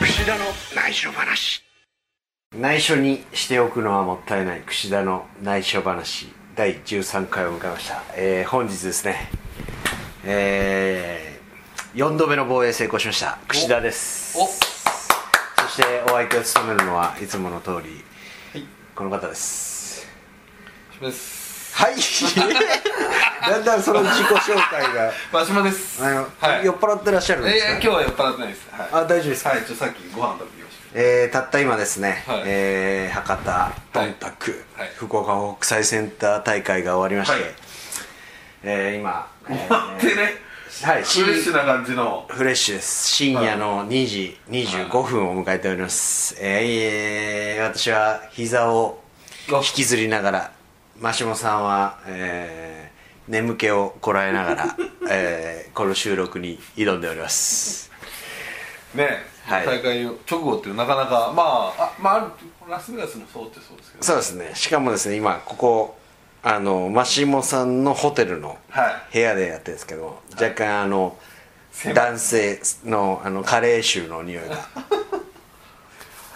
串田の内緒話内緒にしておくのはもったいない櫛田の内緒話第13回を迎えました、えー本日ですねえ4度目の防衛成功しました櫛田ですおそしてお相手を務めるのはいつもの通り、この方です島ですはいだんだんその自己紹介がマシュマですあの、はい酔っ払ってらっしゃるんえですーか、今日は酔っ払ってないですはいあ大丈夫ですかはいちょっとさっきご飯食べてきましえーたった今ですね、はいえー博多どんたく、はい福岡国際センター大会が終わりまして、はいえー今、えーた 待ってねはいフレッシュな感じのフレッシュです深夜の2時25分を迎えております、えー私は膝を引きずりながらマシモさんは、えー眠気をこらえなが ら、えーこの収録に挑んでおりますね、はい大会直後っていうなかなかまああまああるラスベガスもそうってそうですけどそうですねしかもですね今ここあのマシモさんのホテルのはい部屋でやってるんですけど、若干あの狭い男性のあのカレー臭の匂い が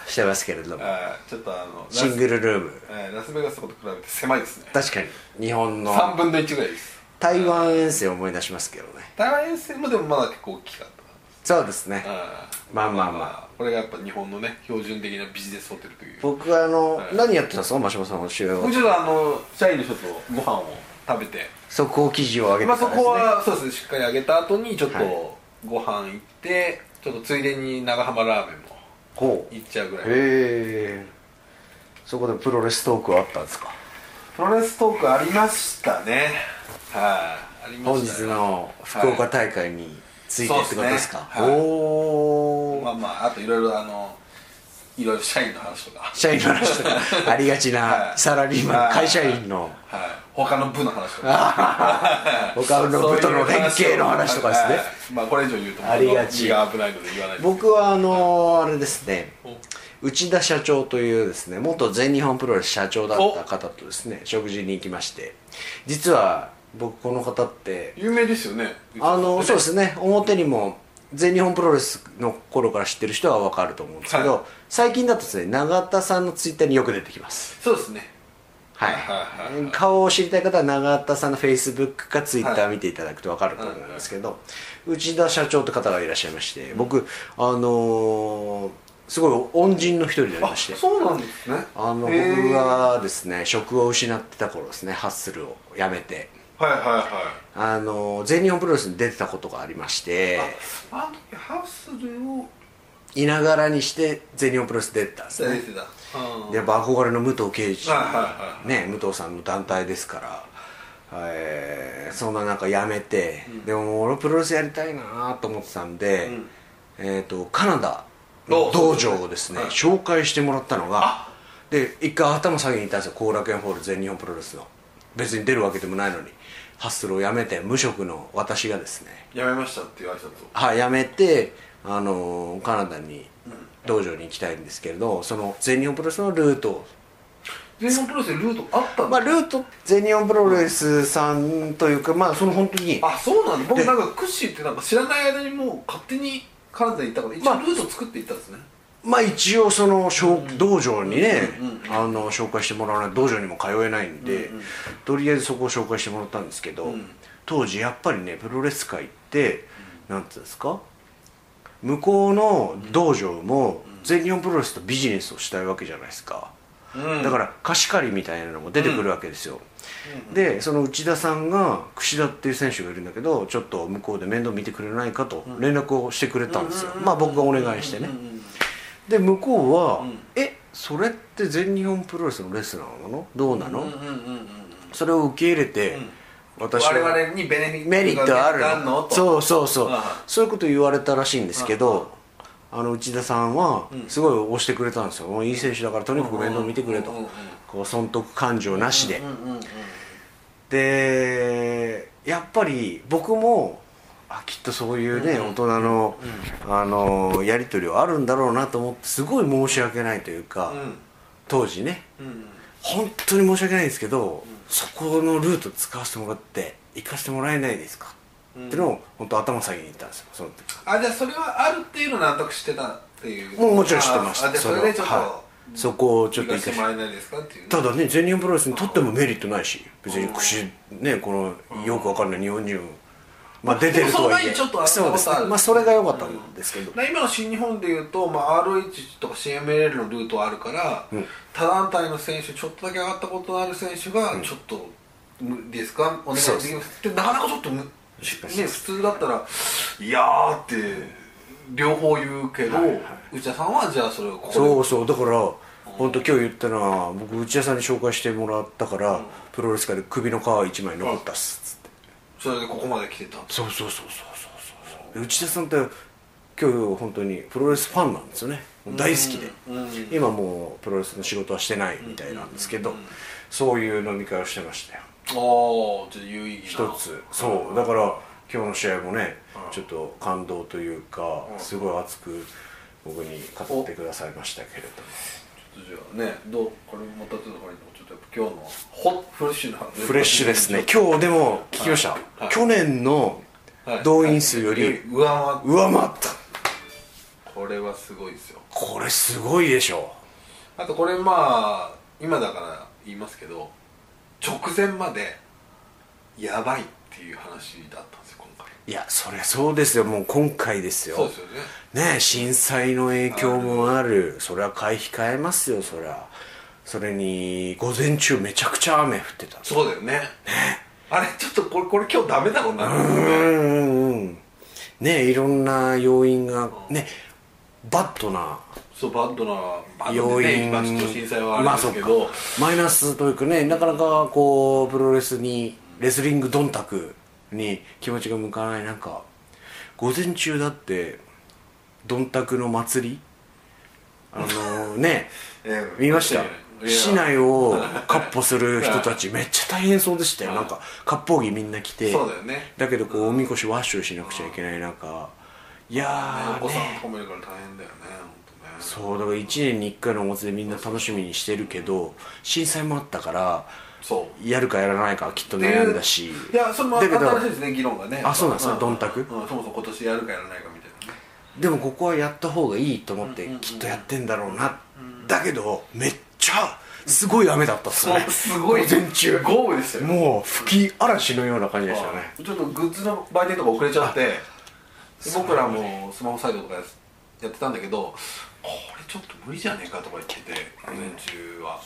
してますけれどもあーちょっとあのラスシングルルームえーラスベガスとかと比べて狭いですね確かに日本の3分の1ぐらいです台湾遠征を思い出しますけどね台湾遠征もでもまだ結構大きかったそうですねあーまあまあまあこれがやっぱ日本のね標準的なビジネスホテルという僕はあの、はい何やってたんですか真島さんの主要僕ちょっとあの社員の人とご飯を食べて速報記事を上げてまたあんです、そねこはそうですねしっかり揚げた後にちょっはいとご飯行ってちょっとついでに長浜ラーメンもほうへ行っちゃうぐらいえそこでプロレストークはあったんですかプロレストークありましたねはいありま本し日たねの福岡大会についてってことですか、そうですねはいおお、まあまああといろいろあのいろいろ社員の話とか社員の話とかありがちはないサラリーマはンい会社員のはい他の部の話とか 他の部との連携の話とかですねはいはいまあこれ以上言うとありがち身が危ないので言わないです僕はあのーあれですねお内田社長というですね元全日本プロレス社長だった方とですね食事に行きまして実は僕この方って有名ですよねあのそうですすね表にも全日本プロレスの頃から知ってる人は分かると思うんですけど、はい最近だとですね永田さんのツイッターによく出てきますそうですねはいはいはいはい顔を知りたい方は永田さんのフェイスブックかツイッター見ていただくと分かると思うんですけど、内田社長って方がいらっしゃいまして僕あのーすごい恩人の一人でありましてそうなんですねあの僕へーがですね職を失ってた頃ですねハッスルを辞めてはいはいはいあの全日本プロレスに出てたことがありましてあの時ハウスでをいながらにして全日本プロレス出てたんですねてたでやっぱ憧れの武藤敬司はいはいはいね武藤さんの団体ですからえーそんな中辞めて、でも俺プロレスやりたいなと思ってたんで、んえっ、とカナダの道場をですねおそうです紹介してもらったのがで一回頭下げにいたんですよ後楽園ホール全日本プロレスの別に出るわけでもないのにハッスルを辞めて無職の私がですねやめましたっていう挨拶をはい、辞めて、あのーカナダに道場に行きたいんですけれどその全日本プロレスのルート全日本プロレスでルートあったをんまあだルート全日本プロレスさんというかまあその本当にあそうなんだ僕でなんかクッシーってなんか知らない間にもう勝手にカナダに行ったから一ま応あルート作っていったんですねまあ一応その紹道場にね、うんうんあの紹介してもらわない道場にも通えないんで、うんうんとりあえずそこを紹介してもらったんですけど、うん当時やっぱりねプロレス界って、なんていうんですか向こうの道場も全日本プロレスとビジネスをしたいわけじゃないですか。うんだから貸し借りみたいなのも出てくるわけですよ、でその内田さんが櫛田っていう選手がいるんだけどちょっと向こうで面倒見てくれないかと連絡をしてくれたんですよ、まあ僕がお願いしてね、で向こうは「んえそれって全日本プロレスのレスラーなのどうなのうんうんうんうんうんそれを受け入れて、ん私は我々にベネフィットがメリットあるあんのとそうそうそうああそういうこと言われたらしいんですけどあの内田さんはうんすごい押してくれたんですよ、もういい選手だからとにかく面倒見てくれと、うんうんうんうんこう損得感情なしで、うんうんうんでやっぱり僕もあきっとそういうね、大人の,、あのやり取りはあるんだろうなと思ってすごい申し訳ないというか、うん当時ねうんうん本当に申し訳ないんですけど、そこのルート使わせてもらって行かせてもらえないですか、うんってのを本当頭下げに行ったんですよその時あじゃあそれはあるっていうの納得してたっていうもうもちろん知ってましあたあじゃあそれはでちょっはとい、そこをちょっ行と行かかせてせもらえないですかっていうただね全日本プロレスにとってもメリットないし別に串ねこのよくわかんない日本人まあ出てるとはいえでもその前にちょっとあったそうですことあるまあそれが良かったんですけど、な今の新日本でいうと、まあ、RH とか CMLL のルートあるから、他団体の選手ちょっとだけ上がったことのある選手がちょっと、むですかお願いでそうできすますってなかなかちょっとむ、ね、しかし普通だったら「いやー」って両方言うけど、内田さんはじゃあそれをここでそうそうだから本当今日言ったのは僕内田さんに紹介してもらったから、プロレス界で首の皮一枚残ったっすっつって、それでここまで来てたそうそうそうそうそうそうで内田さんって今日本当にプロレスファンなんですよねもう大好きで、今もうプロレスの仕事はしてないみたいなんですけど、そういう飲み会をしてましたよああちょっと有意義一なつそうだから今日の試合もね、ちょっと感動というか、すごい熱く僕に語ってくださいましたけれどもじゃあねどうこれもたちょっとこれちょっとやっぱ今日のホフレッシュなフレッシュですね今日でも聞きました、はい去年の動員数より上回っ上回ったこれはすごいですよこれすごいでしょあとこれまあ今だから言いますけど直前までやばいっていう話だったんですよ今回いやそりゃそうですよもう今回ですよそうですよねね震災の影響もあるそりゃ買い控えますよそりゃそれに午前中めちゃくちゃ雨降ってたそうだよねあれちょっとこれこれ今日ダメだろうなうんうんうんねいろんな要因がねバッドなそうバッドなバッド要でね因今ちょっと震災はあれですけまどあ、そっかマイナスというかねなかなかこうプロレスにレスリングどんたくに気持ちが向かない中午前中だってどんたくの祭りあのね ええ見ましいたやいや市内 を割歩する人たちめっちゃ大変そうでしたよなんか割歩着みんな着てそうだよねだけどこうおみこしワッシュしなくちゃいけない中いやーお子さんねとかもいるから大変だよね本当ねそうだから1年に1回のお祭りみんな楽しみにしてるけど震災もあったからそうやるかやらないかはきっと悩んだしいやそれもだけど新しいですね議論がねあそうなんですねねどんたくうん、そもそも今年やるかやらないかみたいなねでもここはやった方がいいと思ってきっとやってんだろうなだけどめっちゃすごい雨だったっすねすごい午前中豪雨ですよもう吹き嵐のような感じでしたねちょっとグッズの売店とか遅れちゃってで僕らもスマホサイトとかややってたんだけどこれちょっと無理じゃねえかとか言ってて午前中は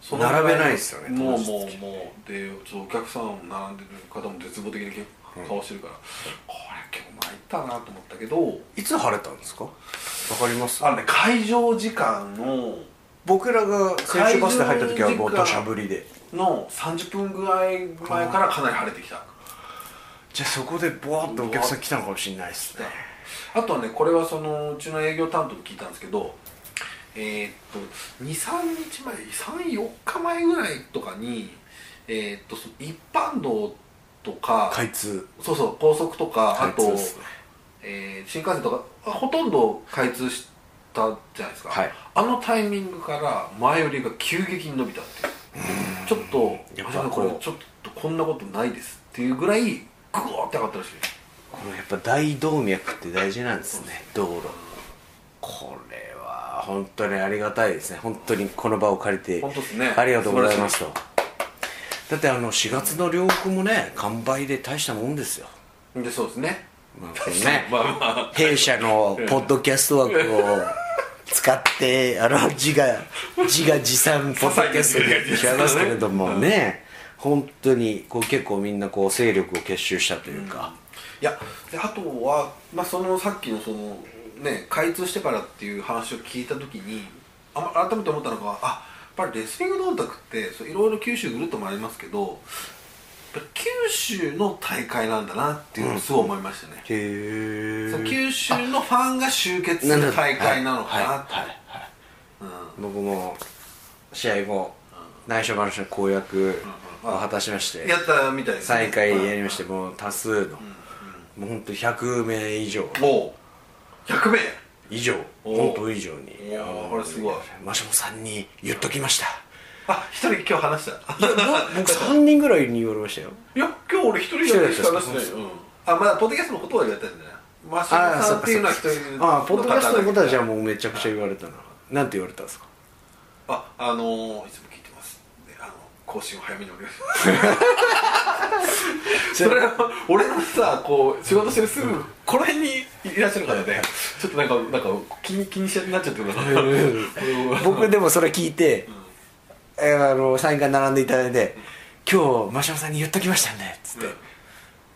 その並べないですよねもう当日もうもうでちょっとお客さんも並んでる方も絶望的な顔してるから、これ結構参ったなと思ったけどいつ晴れたんですかわかりますあのね会場時間の僕らが選手バスで入った時はもう土砂降りでの30分ぐらい前からかなり晴れてきたじゃあそこでボワッとお客さん来たのかもしれないですねあとはねこれはそのうちの営業担当に聞いたんですけどえーっと23日前34日前ぐらいとかにえーっとその一般道とか開通そうそう高速とか開あと通っすねえー新幹線とかあほとんど開通したじゃないですか、はいあのタイミングから前よりが急激に伸びたっていうちょっとやっぱ橋本ここうれちょっとこんなことないですっていうぐらいグワーって上がったらしいこのやっぱ大動脈って大事なんですね道路これは本当にありがたいですね本当にこの場を借りて本当ですねありがとうございますとだってあの4月の両国もね完売で大したもんですよ、でそうですね まあ、このねまあまあ弊社のポッドキャスト枠を使 ってあの自画自画自賛ポッドキャストでやってしまいますけれどもね本当にこう結構みんなこう勢力を結集したというか、いやであとは、まあ、そのさっきのその、ね、開通してからっていう話を聞いた時にあま改めて思ったのがあやっぱりレスリングどんたくってそういろいろ九州ぐるっと回りますけどやっぱり九州の大会なんだなっていうのをすごい思いましたね、へえそう九州のファンが集結する大会なのかなってはいはいはい僕も試合後内緒話の公約を果たしましてやったみたいですね再開やりましてもう多数のもう本当100名以上もう100名以上お本当以上におーこれすごいマシモさんに言っときましたあ一人今日話したいやな僕3人ぐらいに言われましたよいや今日俺一人じゃないしか話してないよ、うんあまだポッドキャストのことは言われたんじゃないマシモああさそんっっかていそうっかのは一人ああポッドキャストのことはじゃああもうめちゃくちゃ言われた ななんて言われたんですかああのーいつも聞いてますであの更新を早めにお願いします それは俺のさこう仕事してるすぐこの辺にいらっしゃる方でちょっとなんかなんか気に気にしちゃってなっちゃってるから僕でもそれ聞いて、えーあのサイン会並んでいただいて「今日真島さんに言っときましたんで」っつって、うん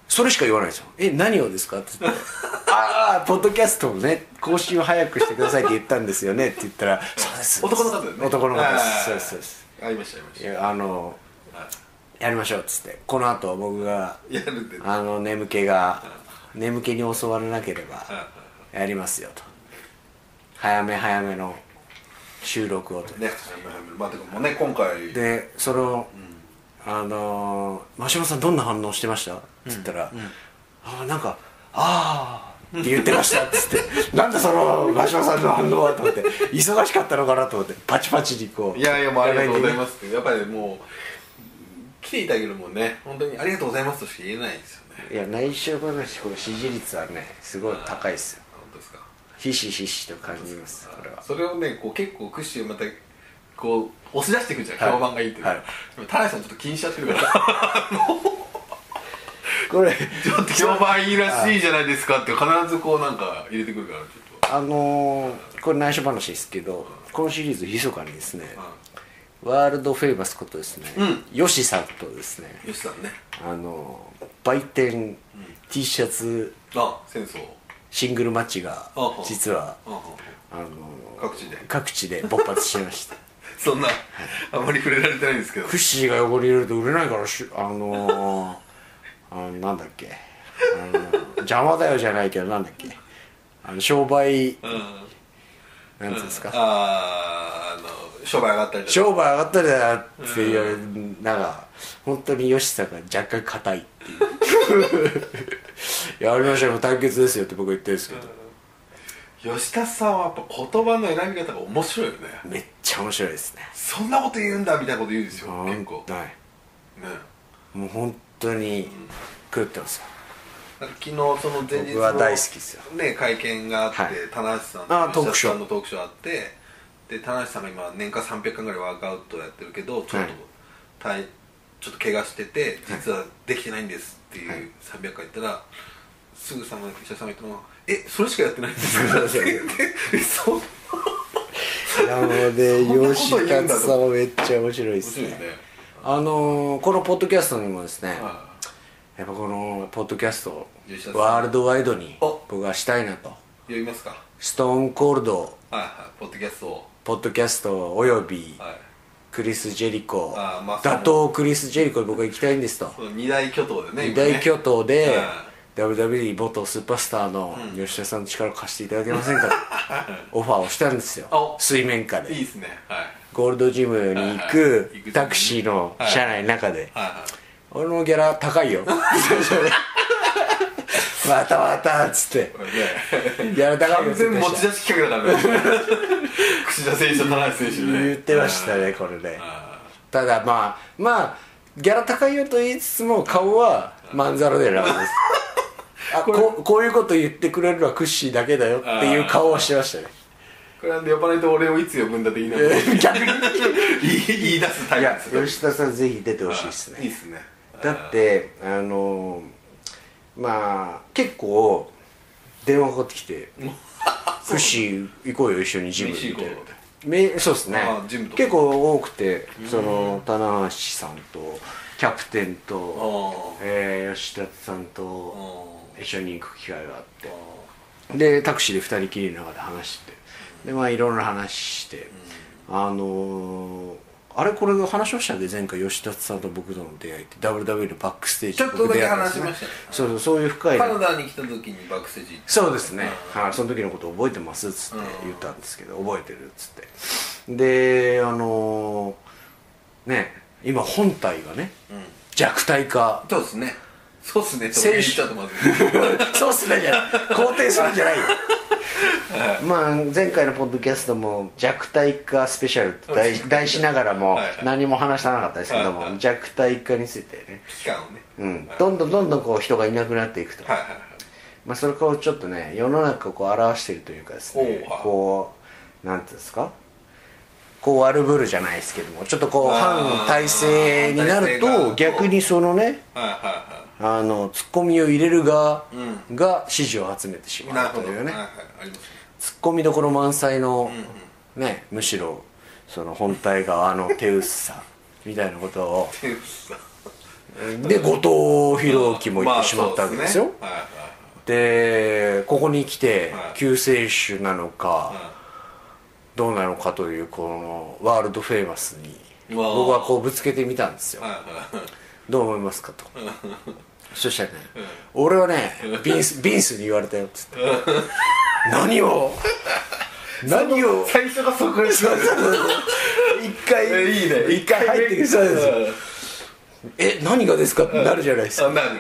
それしか言わないんですよ「え何をですか?」っつって「 ああポッドキャストをね更新を早くしてください」って言ったんですよねって言ったら「そうです男の方だよね男の方であーすそうですそうですありましたありましいやあのやりましょう」っつってこの後僕がたやるんであの眠気が眠気に襲われなければやりますよと早め早めの収録をとねまあてかもうね今回でそれを、あのー「真島さんどんな反応してました?」っつったら「あーなんかああ」って言ってましたっつって「 なんだその真島さんの反応は」と思って忙しかったのかなと思ってパチパチにこういいやいやもうありがとうございますってやっぱりもう来ていただけるもんね本当にありがとうございますとしか言えないですよねいや内緒話これ支持率はねすごい高いですよ本当ですかひしひしと感じますこれはそれをねこう結構駆使してまたこう押し出していくじゃん、はい評判がいいっていうのは、はいでも田中さんちょっと気にしちゃってるからこれちょっと評判いいらしいじゃないですかって必ずこうなんか入れてくるからちょっとあのーこれ内緒話ですけどこのシリーズ密かにですね、ワールドフェイマスことですね、ヨシさんとですね吉さんねあの売店 T シャツあ戦争シングルマッチがあは実はあああの各地で各地で勃発してました そんなあんまり触れられてないんですけどクッシーが汚れると売れないからしあのあのなんだっけあの邪魔だよじゃないけどなんだっけあの商売うんなんていうんですかあーあの商売上がったりとか商売上がったらって言われる、なんか本当に吉さんが若干硬いっていう いやありましたよ対決ですよって僕は言ってるんですけど、吉田さんはやっぱ言葉の選び方が面白いよねめっちゃ面白いですねそんなこと言うんだみたいなこと言うんですよ結構ねはいもう本当に狂ってますよ なんか昨日その前日の僕は大好きですよね会見があって、はい棚橋さんあーと吉田トークショーさんのトークショーあってで棚橋さんが今年間300回ぐらいワークアウトやってるけどちょっはいと、たい、ちょっと怪我してて実はできてないんですっていうはい300回言ったら、すぐさま吉田さんが言ったのは「えそれしかやってない んですか?」 って言って「そうなので吉勝そんなこと言うんだとさんはめっちゃ面白いで面す白いねよね」あのーこのポッドキャストにもですね、あやっぱこのポッドキャストを吉田さんワールドワイドにお僕はしたいなと呼びますかストーンコールドはいはいポッドキャストをポッドキャストおよびはいクリス・ジェリコあーまあ打倒クリス・ジェリコに僕は行きたいんですとこの二大巨頭でね二大巨頭では WWE 元スーパースターの吉田さんの力を貸していただけません かとオファーをしたんですよお水面下今ねいいでですねはいゴールドジムに行はいはくい行くタクシーの車内の中ではいはい俺のギャラ高い よまたまたっつってこれね ギャラ高いよ完って言全ってにま持しちた出し企画だからね 櫛田選手と田中選手ね言ってましたねこれねあただまあまあギャラ高いよと言いつつも顔はまんざらでな かったですあこうこういうこと言ってくれるのはクッシーだけだよっていう顔はしてましたねーこれなんで呼ばないと俺をいつ呼ぶんだって言いながら言い 逆に言い出すタいイやプです吉田さんぜひ出てほしいですいいねですねだってあのーまあ結構電話かかってき て「クッシー行こうよ一緒にジム」みたい飯行こなうよってめそうですねああジムとか結構多くてその棚橋さんとキャプテンあとーえー吉田さんあとー一緒に行く機会があってあでタクシーで2人きりの中で話してでまあいろんな話して、あのーあれこれ話しましたっけ前回吉田さんと僕との出会いって WW のバックステージちょっとだ僕け出会ったんですね話しましたねそうそうそういう深ーいカナダに来た時にバックステージ行ってそうですね、はい、その時のこと覚えてますっつって言ったんですけど、覚えてるっつってであのーね今本体がね、弱体化そうですねそうっすね選手ちょっとまずい そうっすねじゃない肯定するんじゃないよまあ前回のポッドキャストも弱体化スペシャルって題題しながらもはい何も話さなかったですけどはいはもい弱体化についてね、危機感をねうんはい、どんどんどんどんこう人がいなくなっていくと、はいはいはいまあ、それをこうちょっとね世の中をこう表しているというかですねおうはいこうなんていうんですかこう悪ぶるじゃないですけどもちょっとこうあー反体制になる反体制とが逆にそのねはいはあのツッコミを入れる側うが支持を集めてしいはいなまるうほとどいうはいねはいありますねツッコミどころ満載の、ねむしろその本体側の手薄 さみたいなことをっていうさで後藤弘樹も言ってしまったわけですよ、まあそうねでここに来てはい救世主なのはいはいかはいどうなのかというこのワールドフェイマスにうわー僕はこうぶつけてみたんですよはいはいはいどう思いますかとそしたらね俺はねビンスビンスに言われたよっつって何を何を最初がそこですそうそうそう一回いいね一回入ってきてそうですよえ何がですかってなるじゃないですあかなる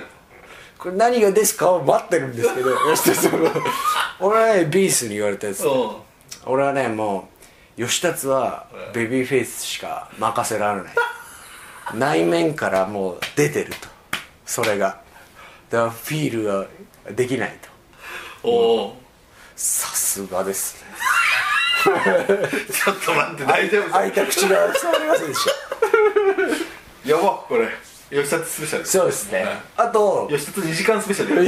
これ何がですかを待ってるんですけどよしそ の俺はねビースに言われたやつそ俺はねもう吉達はベビーフェイスしか任せられない内面からもう出てるとそれがだからフィールができないとうおおさすがですねちょっと待って大丈夫開いた口が伝わりませんでしたやばっこれ吉田スペシャルそうですねあと吉田2時間スペシャル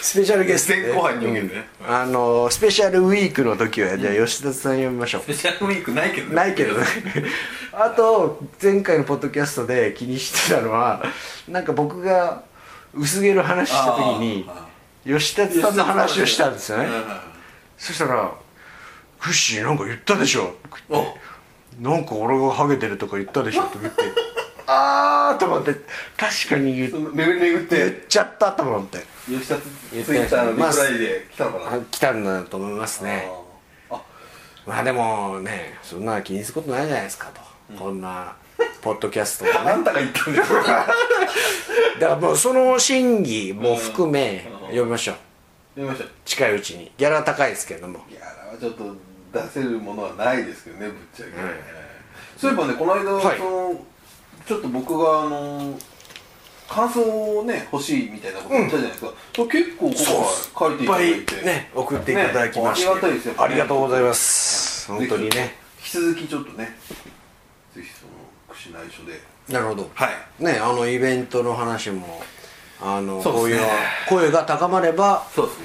スペシャルゲスト前後半に分けてねうんあのスペシャルウィークの時はじゃあ吉田さん呼びましょうス、ペシャルウィークないけどねないけどねあと前回のポッドキャストで気にしてたのはなんか僕が薄毛の話した時にあ吉田さんの話をしたんですよねはいはいはいそしたら「フッシーなんか言ったでしょ」って言っておなんか俺がハゲてるとか言ったでしょ」と言 って「ああ」と思って確かに言っ巡り巡っ言ってちゃったと思って吉田ツイッターのリプライで来たのかなあ来たんだと思いますねあまあでもねそんな気にすることないじゃないですかと、こんなポッドキャストでねああんたが言った んですよだからもうその審議も含め読みましょう見ました近いうちにギャラ高いですけどもいやあれはちょっと出せるものはないですけどねぶっちゃけ、そういえばねこの間、はいそのちょっと僕があの感想をね欲しいみたいなこと言ったじゃないですか、これ結構ここは書いていただいいってぱいね送っていただきまして、ねありがたいですよありがとうございます本当にぜねひ引き続きちょっとねぜひその串内緒でなるほどはいねあのイベントの話もあのそこううでいすうね声が高まればそうですね、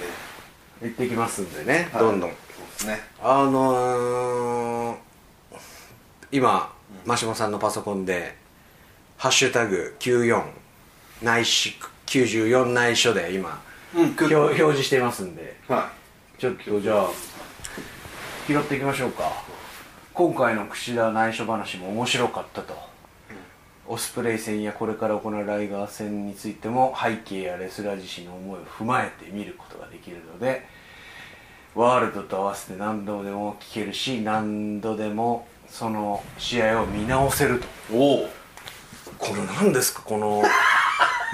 行ってきますんでね、はいどんどんそうですねあのー、今マシモさんのパソコンで「ハッシュタグ #94 内緒94内緒」で今うん表表示していますんではちょっとじゃあ拾っていきましょうか今回の櫛田内緒話も面白かったと、オスプレイ戦やこれから行うライガー戦についても背景やレスラー自身の思いを踏まえて見ることができるのでワールドと合わせて何度でも聞けるし何度でもその試合を見直せるといおおこの何ですかこの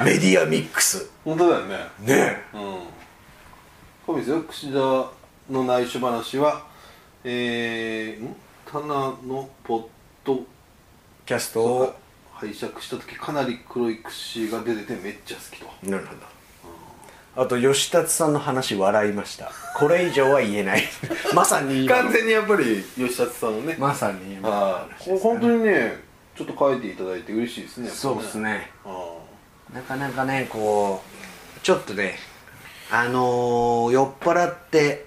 メディアミックス本当だよねねえうんそうですよ櫛田の内緒話はえー、ん棚のポッドキャストを拝借した時かなり黒い櫛が出ててめっちゃ好きとなるほどあと吉達さんの話笑いましたこれ以上は言え ないまさに今の完全にやっぱり吉田さんのね、まさに今の話あこれ本当にねちょっと書いていただいて嬉しいですねやっぱそうですねあーなかなかねこうちょっとねあのー酔っ払って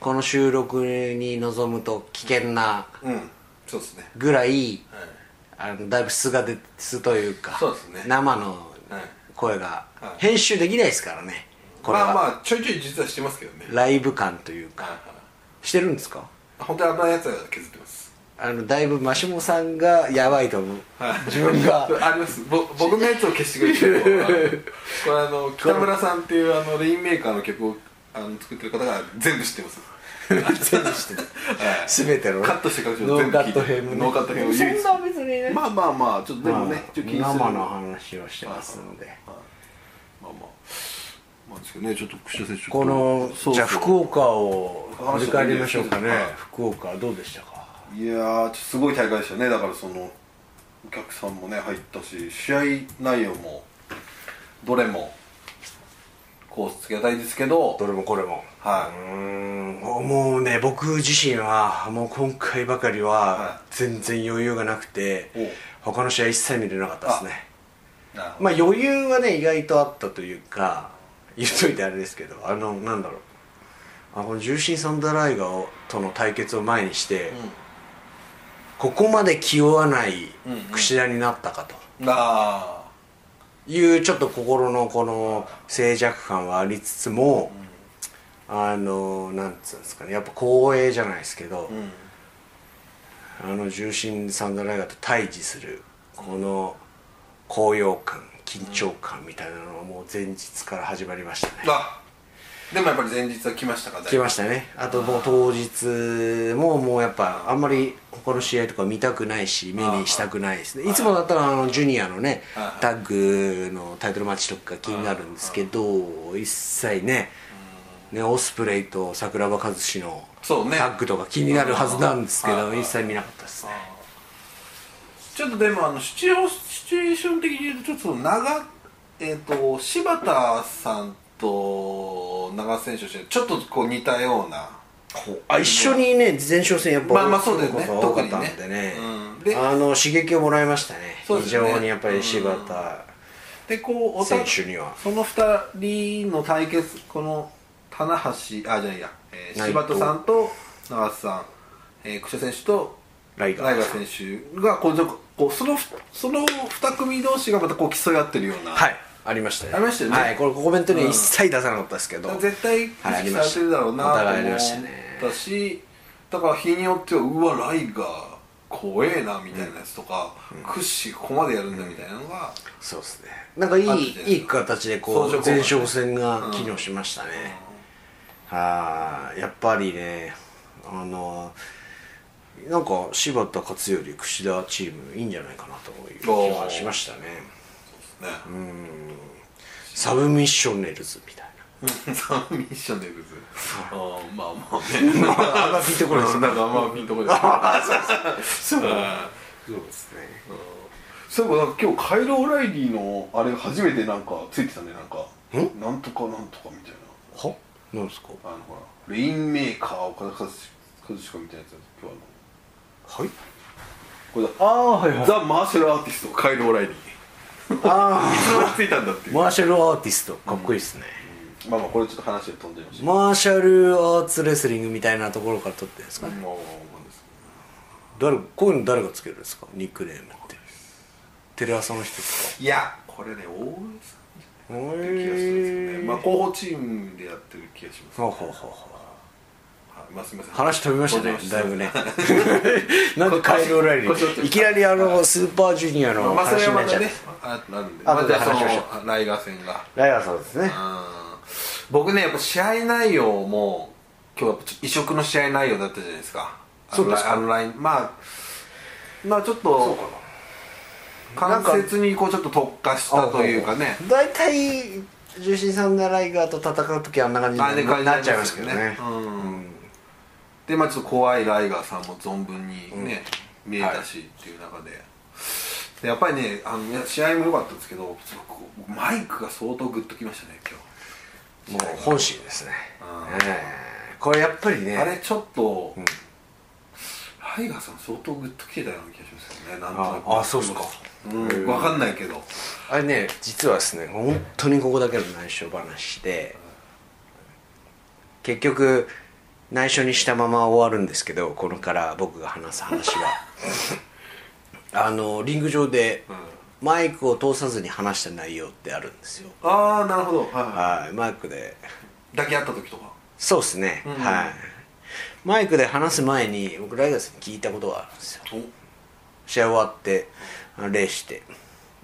この収録に臨むと危険なうん、うん、そうですねぐらいはいあのだいぶ素が出て素というかそうですね生のはい声がはい編集できないですからねこれまあはまあちょいちょい実はしてますけどねライブ感というはいかはいしてるんですか本当に危ないやつは削ってますあのだいぶマシモさんがやばいと思う、はい自分 がそれありますぼ僕のやつを消してくれて るこれあの北村さんっていうあのレインメーカーの曲をあの作ってる方が全部知ってます全部してるはい全てのねカットしてからノーカット編もねノーカット編を唯一そんな別にねまあまあまあちょっとでもね、ちょっと気にする生の話をしてますので、はいですけどねちょっと串田選手このそうそうじゃあ福岡を振り返りましょうかねはい福岡どうでしたかいやーちょっとすごい大会でしたねだからそのお客さんもね入ったし試合内容もどれもコースつけたいですけどどれもこれもはうーんもうね僕自身はもう今回ばかりはは全然余裕がなくて、おう他の試合一切見れなかったですねいなるほどまあ余裕はね意外とあったというか言っといてあれですけどあのなんだろうあこの重心サンダーライガーとの対決を前にして、ここまで気負わないうんうん櫛田になったかとうんあいうちょっと心のこの静寂感はありつつも、あのなんつうんですかねやっぱ光栄じゃないですけど、ーうんあの重心サンダーライガーと対峙するこの高揚感緊張感みたいなのはもう前日から始まりましたね、あでもやっぱり前日は来ましたか来ましたねあともう当日ももうやっぱあんまり他の試合とか見たくないし目にしたくないですねいつもだったらあのジュニアのねはいタッグのタイトルマッチとか気になるんですけど一切ねねオスプレイと桜庭和志のタそうねッグとか気になるはずなんですけうんうんどうん一切見なかったですねちょっとでもあのシチュエーションシチュエーション的に言うとちょっとその長えっ、と柴田さんと長瀬選手としてちょっとこう似たようなあ一緒にね前哨戦やっぱまあまあそうだよね僕のことが多かったんでね特にねうんであの刺激をもらいましたねそうで非すよね常にやっぱり柴田でこうお選互い手にはその2人の対決この棚橋あじゃないや、えー内藤柴田さんと長瀬さん、えー、久世選手とライガー選手がこうちょっとこうそのその2組同士がまたこう競い合ってるような、はいありましたよありましたよねはいこれコメントにうん一切出さなかったですけど、絶対意はいあり識まさしたれてるだろうなおと互い思ありっましたねたしだから日によってはうわライガー怖えなみたいなやつとか、屈指ここまでやるんだみたいなのが、そうですねなんかいあっていですいい形でこ相う乗効果前哨戦が機能しましたね、はあやっぱりねあのなんか柴田勝頼櫛田チームいいんじゃないかなという気がしましたねね、サブミッショネルズみたいなサブミッションでグズあーまあま あねあんまピンとこないですうんねなんかあんまピンとこない ですねそうですねそういえばなんか今日カイロ・オライリーのあれ初めてなんかついてたねなんかんなんとかなんとかみたいはなんですかなあのほらレインメーカー岡田和親みたいなやつ今は日あのいこれだああはいザ・マーシャルアーティストカイロ・オライリーあいつまでついたんだってあいうまマーシャルアーティストかっこいいですね、あまあこれちょっと話で飛んじゃいましたマーシャルアーツレスリングみたいなところから取ってるんですか、まあまあまあです誰こういうの誰がつけるんですかニックネームってテレ朝の人ですかいやこれね大江さんへっていう気がするんですよねまあ候補チームでやってる気がしますほうほうほうほはいまあすみませんう話飛びましたね飛びだいぶねま なんでカイル・オライリこっちこっちこっーちいきなりあのスーパージュニアのあまあそれ話はになまっちゃってたねあとなんで後でまたその話しましライガー戦がライアーさんですねうん僕ねやっぱ試合内容も今日やっぱちょっと異色の試合内容だったじゃないですかあのそうですかあのラインまあまあちょっと間接にこうちょっと特化したというかね大体重心サンダーライガーと戦う時あんな感じあれになっちゃいますけどねうんでまあちょっと怖いライガーさんも存分にね、見えたしっていう中で,、でやっぱりねあのいや試合も良かったですけどすごくマイクが相当グッときましたね今もう本心ですねうんええこれやっぱりね日あれちょっと、ライガーさん相当グッときてたような気がしますよねなんとなくああそうっすかうん、分かんないけどあれね実はですね本当にここだけの内緒話で結局内緒にしたまま終わるんですけどこれから僕が話す話 はあのリング上でマイクを通さずに話した内容ってあるんですよああなるほど、はいははいマイクでい、抱き合った時とかそうですね、うんはいマイクで話す前に僕ライガーさんに聞いたことがあるんですよお試合終わってあの礼して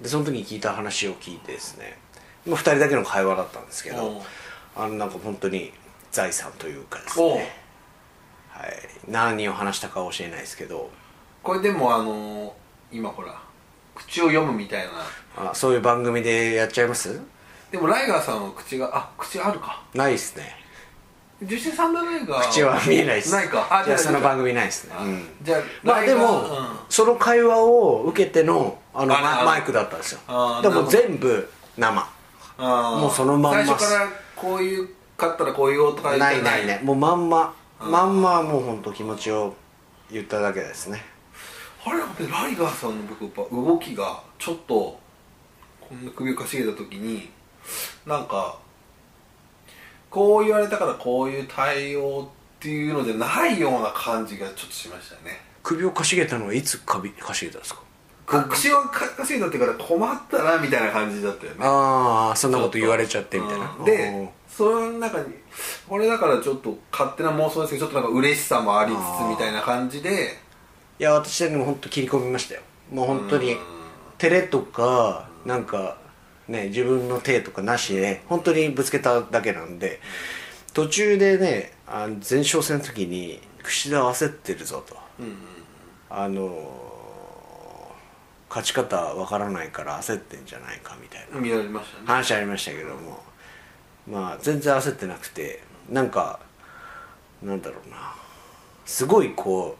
でその時に聞いた話を聞いてですね2人だけの会話だったんですけおどうあのなんか本当に財産というかですおうね、はい、何を話したかは教えないですけどこれでもあのー今ほら口を読むみたいなあそういう番組でやっちゃいますでもライガーさんは口があ口あるかないっすね樹脂サンダーライガー口は見えないっすないかあじゃあその番組組ないっすね、うんじゃあまあライでガーも、うんその会話を受けてのあのあなるほマどマイクだったんですよあーでなるもほど全部生あーもうそのまんま最初からこういう買ったらこういう音がないないねもうまんままんまもう本当気持ちを言っただけですねあれやっぱりライガーさんの僕やっぱ動きがちょっとこんな首をかしげた時になんかこう言われたからこういう対応っていうのでないような感じがちょっとしましたね首をかしげたのはいつかびかしげたんですか口をかかしげたってから困ったなみたいな感じだったよねああそんなこと言われちゃってみたいなうんでその中にこれだからちょっと勝手な妄想ですけどちょっとなんか嬉しさもありつあーつみたいな感じでいや私でも本当切り込みましたよもう本当に照れとかなんかね自分の手とかなしで本当にぶつけただけなんで途中でねあの前哨戦の時に櫛田焦ってるぞと、あのー勝ち方わからないから焦ってんじゃないかみたいな見られましたね話ありましたけどもまあ全然焦ってなくてなんかなんだろうなすごいこ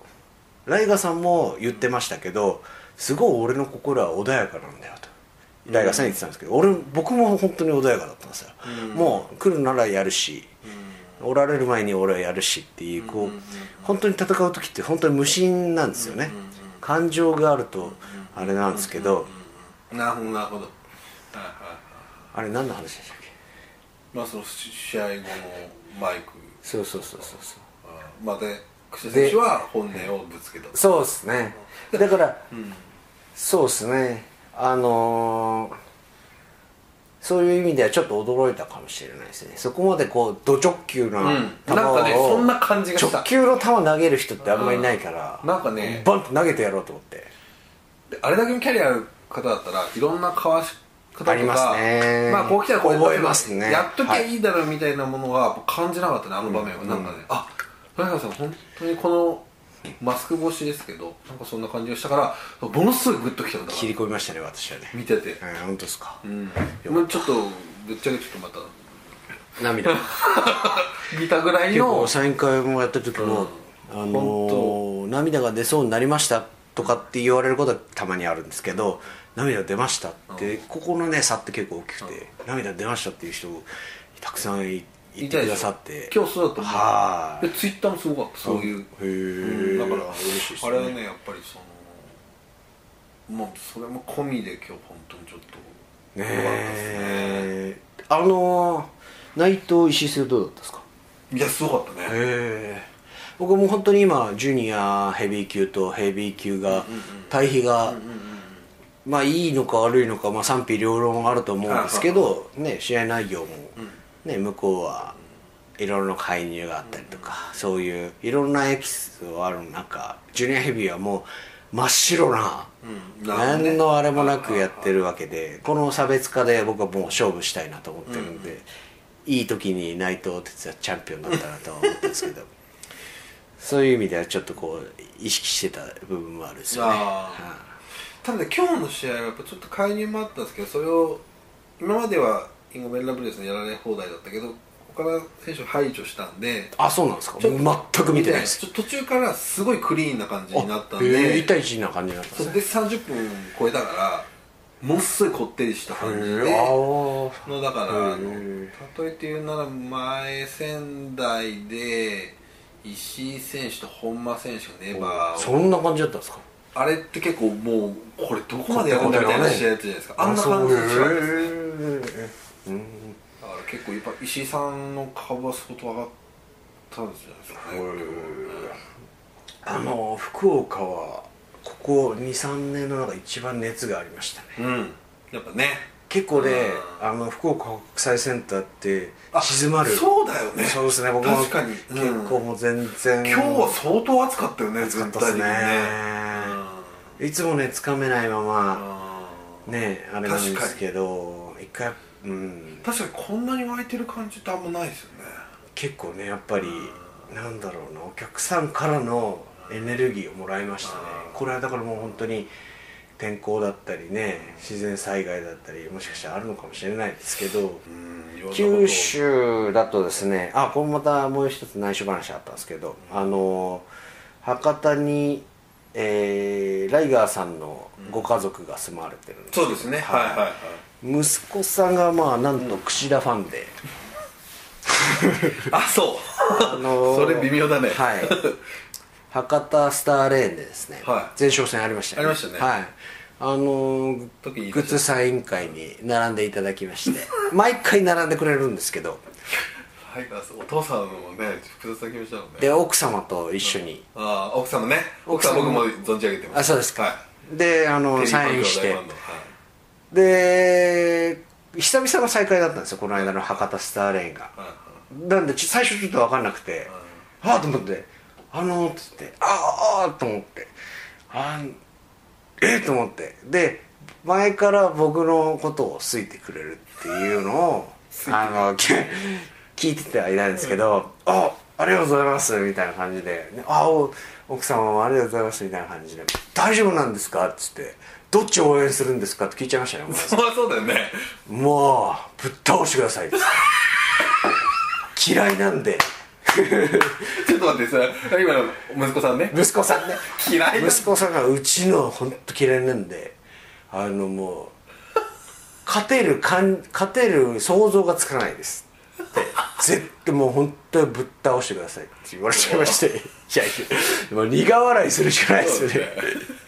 うライガーさんも言ってましたけどすごい俺の心は穏やかなんだよとライガーさん言ってたんですけど、俺僕も本当に穏やかだったんですよ、もう来るならやるし、おられる前に俺はやるしっていうこう、本当に戦う時って本当に無心なんですよね、感情があるとあれなんですけど、なるほどなるほどはいはいはいあれ何の話でしたっけまあその試合後のマイクそうそうそうそうそうあーまあで櫛田選手は本音をぶつけたそうですねだから、そうですねあのーそういう意味ではちょっと驚いたかもしれないですねそこまでこうド直球なうん球を、なんかねそんな感じがした直球の球投げる人ってあんまりないから、なんかねバンと投げてやろうと思ってであれだけのキャリアある方だったらいろんな交わし方とかありますねまあこう来たらこうやっとけば覚えますねやっときゃいいだろうみたいなものが僕感じなかったねあの場面は、なんかねあっライガーさん本当にこのマスク越しですけどなんかそんな感じがしたからものすごいグッときたんだか切らり込みましたね私はね見ててうん本当ですか、うんもうちょっとぶっちゃけちょっとまた涙見たぐらい 結の構サイン会もやった時も、あのー本涙が出そうになりましたとかって言われることはたまにあるんですけど涙出ましたって、ここのね差って結構大きくて、涙出ましたっていう人たくさんいいてくださって今日そうだと思うはいでツイッターもすごかったそういうへーうんだから嬉しいですねあれはねやっぱりそのもうそれも込みで今日本当にちょっとねよかったですねえあのー内藤石井選手どうだったですかいやすごかったねへえ僕も本当に今ジュニアヘビー級とヘビー級が対比がまあいいのか悪いのか、まあ、賛否両論あると思うんですけど、ね、試合内容も、ね、向こうはいろんな介入があったりとかそういういろんなエキスがある中ジュニアヘビーはもう真っ白なうんなるほどね何のあれもなくやってるわけでこの差別化で僕はもう勝負したいなと思ってるんでいい時に内藤哲也チャンピオンだったなとは思ったんですけど そういう意味ではちょっとこう意識してた部分もあるんですよね。あーはいただね今日の試合はやっぱちょっと介入もあったんですけどそれを今まではインゴベン・ラブレスのやられ放題だったけど他の選手を排除したんであそうなんですかちょっともう全く見てないですちょっと途中からすごいクリーンな感じになったんあでへえ1対1な感じになったんでそすれねで30分超えたからものすごいこってりした感じでへえあーのだからあうのん例えて言うなら前仙台で石井選手と本間選手がネバーそをんな感じだったんですかあれって結構もうこれどこまでやるんだみたいな試合やったじゃないですかあんなそう感じでしただへかえうんら結構やっぱ石井さんの株は相当上がったんじゃないですかねあの福岡はここ23年の中で一番熱がありましたねうんやっぱね結構ねあの福岡国際センターってあ静まるそうだよねそうですね僕も確かにうん結構もう全然今日は相当暑かったよね暑かった全で体す的にねいつもねつかめないままうんねあれなんですけど一回うん確かにこんなに湧いてる感じってあんまないですよね結構ねやっぱりなんだろうなお客さんからのエネルギーをもらいましたねこれはだからもう本当に天候だったりね自然災害だったりもしかしたらあるのかもしれないですけどうんいろんなこと九州だとですねあこれまたもう一つ内緒話あったんですけどあの博多に、えーライガーさんのご家族が住まわれてるんですけどそうですねはいはいはい息子さんがまあなんと櫛田ファンで、あそうあのーそれ微妙だねはい博多スターレーンでですね、はい前哨戦ありましたありましたねはいあのー時にグッズサイン会に並んでいただきまして 毎回並んでくれるんですけどはいお父さんもね複雑な気持ちだもんねで奥様と一緒にああ奥様ね奥奥様様僕も存じ上げてますあそうですか、はいであテのリーパサンイ兄ン弟してファンのはいで久々の再会だったんですよこの間の博多スターレーンが、はいはいなんでち最初ちょっと分かんなくて「ああ」と思って「あのー」っつって「ああああ」と思って「あーえっ?」と思ってで前から僕のことを好いてくれるっていうのをあのき聞いててはいないんですけど「あありがとうございます」みたいな感じで「あお奥様もありがとうございます」みたいな感じで「大丈夫なんですか?」っつって「どっちを応援するんですか?」って聞いちゃいましたねそりゃそうだよねもうぶっ倒してください嫌いなんでちょっと待ってそれ今の息子さんね息子さんね嫌いな息子さんがうちの本当嫌いなんであのもう勝てるかん勝てる想像がつかないですって絶対もう本当にぶっ倒してくださいって言われちゃいま していやいやもう苦笑いするしかないですよねそうです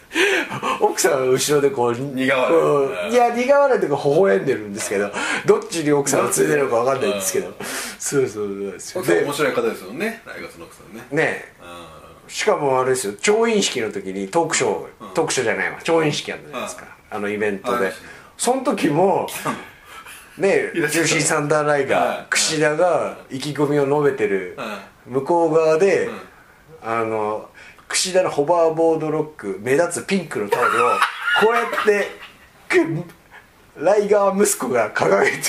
奥さんは後ろでこう苦笑いいや苦笑いというか微笑んでるんですけどどっちに奥さんがついてるのか分かんないんですけうどそうそうなんですよ奥さんで面白い方ですよねライガースの奥さんねねえうしかもあれですよ調印式の時にトークショー、トークショーじゃないわ調印式やったじゃないですか、あのイベントありで、ましたねその時 もねいらっしゃ重った心サンダーライガー、はい櫛田が意気込みを述べてる、は向こう側で、んあの櫛田のホバーボードロック目立つピンクのタオルをこうやってくライガー息子が掲 げてん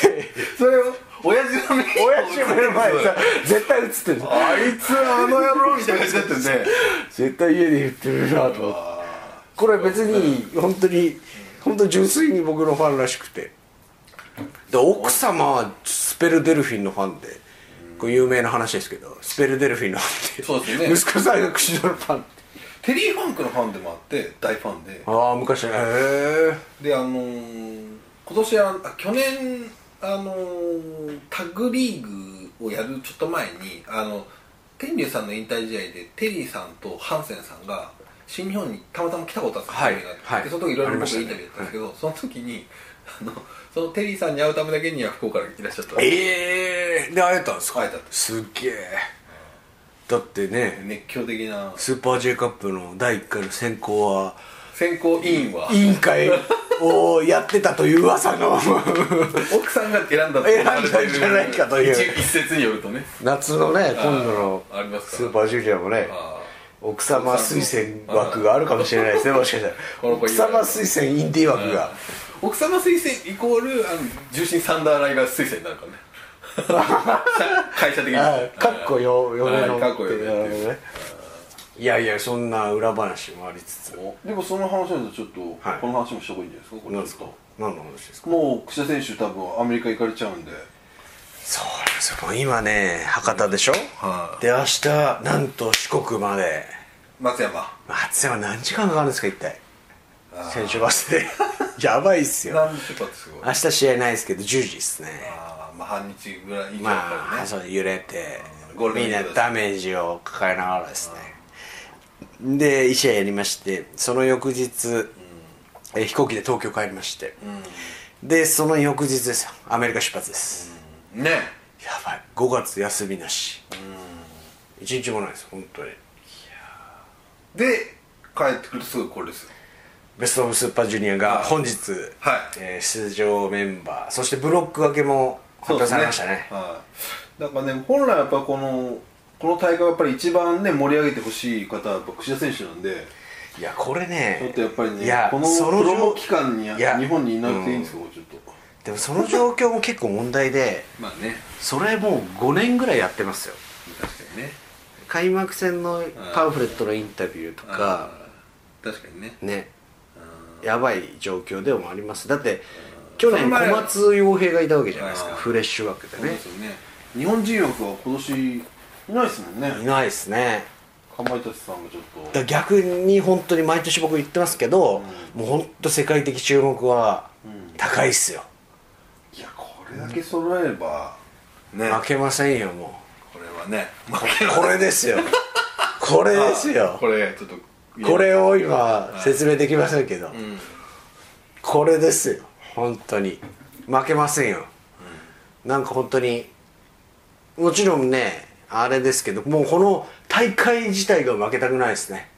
それを親父の目に親父の目の前でさ絶対映ってるあいつあの野郎みたいな感じだったよね絶対家で言ってるなと思って。これ別に本当に本当に純粋に僕のファンらしくてで奥様はスペルデルフィンのファンでこれ有名な話ですけどスペルデルフィンのファンでそうですよね息子さんが櫛田のファンってテリー・ファンクのファンでもあって大ファンでああ昔へえであのー今年はあ去年あのータッグリーグをやるちょっと前にあの天竜さんの引退試合でテリーさんとハンセンさんが新日本にたまたま来たことあったんですよはいはいでその時いろいありろま僕したイねンタビューやったんですけど、その時にあのそのテリーさんに会うためだけには福岡からいらっしゃったええで会えたんですか会えたすっげえだってね熱狂的なスーパー J カップの第1回の選考は選考委員は委員会をやってたという噂の奥さんが選んだと選んだんじゃないかという一一説によるとね夏のね今度のあーありますかスーパージュニアもねあ奥様推薦枠があるかもしれないですねもしかしたらこの子奥いいわ様推薦インディー枠がー奥様推薦イコールあの重心サンダーライガー推薦になるからね 会社的にあーかっこよ嫁のはいかっこよ嫁っていうねいやいやそんな裏話もありつつおでもその話だとちょっと、はいこの話もした方がいいんじゃないですかこれ何ですか何の話ですかもう櫛田選手多分アメリカ行かれちゃうんでそうなんですよもう今ね博多でしょはいで明日なんと四国まで松山松山何時間かかるんですか一体選手バスで やばいっすよ何出発すごい明日試合ないですけど10時っすねあーまあ半日ぐらい以上かまあ、らねそう揺れてゴールデみンウんィーなクダメージを抱えながらですねで医者やりましてその翌日、え飛行機で東京帰りまして、でその翌日ですよアメリカ出発です、ねやばい5月休みなし、一1日もないです本当にで帰ってくるとすぐこれですよベスト・オブ・スーパージュニアが本日、はいえー出場メンバーそしてブロック分けも発表されましたねはい、だからね本来やっぱこのこの大会はやっぱり一番ね盛り上げてほしい方はやっぱ櫛田選手なんでいやこれねちょっとやっぱりねいやこのそプロ状モ期間にいや日本にいなくていいんですよ、ちょっとでもその状況も結構問題でまあねそれもう5年ぐらいやってますよ確かにね開幕戦のパンフレットのインタビューとか確かにねねうんやばい状況でもありますだって去年小松洋平がいたわけじゃないですかうんフレッシュ枠でそうでねすよね日本人枠は今年いないですもんねいないですねかまいたちさんがちょっだかとら逆に本当に毎年僕言ってますけど、もう本当世界的注目はうん高いっすよ、いやこれだけ揃えればね負けませんよもこれはねうこれです よこれですよこれちょっとこれを今説明できませんけど、うんこれですよ本当に負けませんよ、なんか本当にもちろんねあれですけどもうこの大会自体が負けたくないですね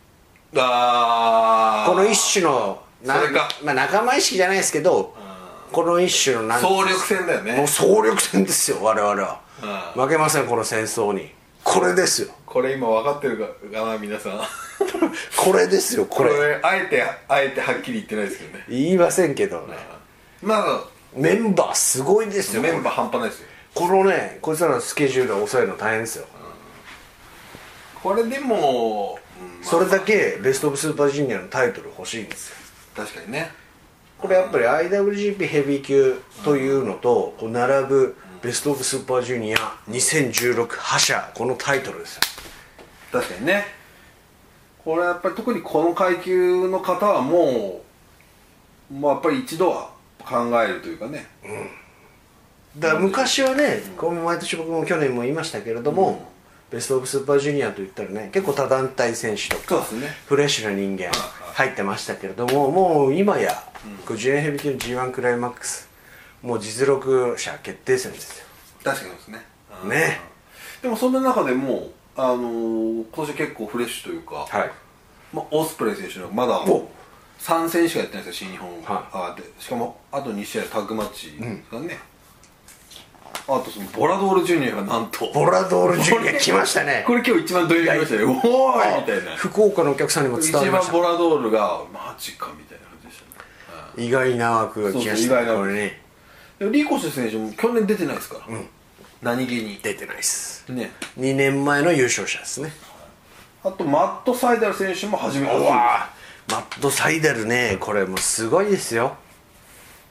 あーこの一種のなそれかまあ、仲間意識じゃないですけどこの一種のなん総力戦だよねもう総力戦ですよ我々はうん負けませんこの戦争にこれですよ これ今分かってるかな皆さんこれですよここれれあえてあえてはっきり言ってないですけどね言いませんけどねまあメンバーすごいですよメンバー半端ないですよこのねこいつらのスケジュールを抑えるの大変ですよこれでも、うんまあそれだけベスト・オブ・スーパージュニアのタイトル欲しいんですよ確かにねこれやっぱり IWGP ヘビー級というのとこう並ぶベスト・オブ・スーパージュニア2016覇者このタイトルですよ確かにねこれはやっぱり特にこの階級の方はもう、まあ、やっぱり一度は考えるというかねだから昔はね、こう毎年僕も去年も言いましたけれども、ベスト・オブ・スーパージュニアといったらね結構多団体選手とそうかですねフレッシュな人間入ってましたけれどももう今や、こうジュニアヘビー級の g 1クライマックスもう実力者決定戦ですよ確かにそうですねうんねでもそんな中でもあのー今年結構フレッシュというか、はいまあ、オスプレイ選手のまだお3戦しかやってないですよ新日本、はあでしかもあと2試合タッグマッチですからね、あとそのボラドールジュニアがなんとボラドールジュニア来ましたねこれ今日一番ドヤ顔しましたよおーいみたいな福岡のお客さんにも伝わり一まし番ボたラドールがマジかみたいな感じでしたね意外な枠が来ましたそうそう意外な枠これねでもリーコッシュ選手も去年出てないですから、何気に出てないですね2年前の優勝者ですねあとマット・サイダル選手も初めてうわマッドサイダルねこれもうすごいですよ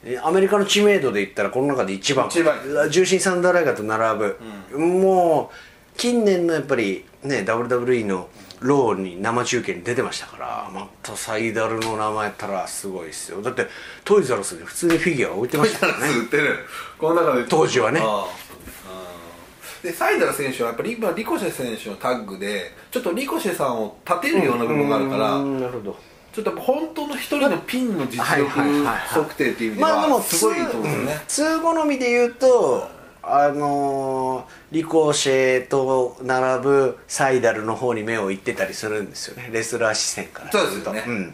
えアメリカの知名度で言ったらこの中で一番一番重心サンダーライガーと並ぶ、もう近年のやっぱりね WWE のローに生中継に出てましたからマットサイダルの名前やったらすごいですよだってトイザらスで普通にフィギュア置いてましたからね売ってるこの中 で当時はねああうんでサイダル選手はやっぱり今リコシェ選手のタッグでちょっとリコシェさんを立てるような部分があるから、うんなるほどちょっとやっぱ本当の一人のピンの実力はいはいはいはい測定っていう意味でまあでもは通すごいと思うんですよね、通好みで言うとあのーリコーシェと並ぶサイダルの方に目をいってたりするんですよねレスラー視線からそうですよねんはい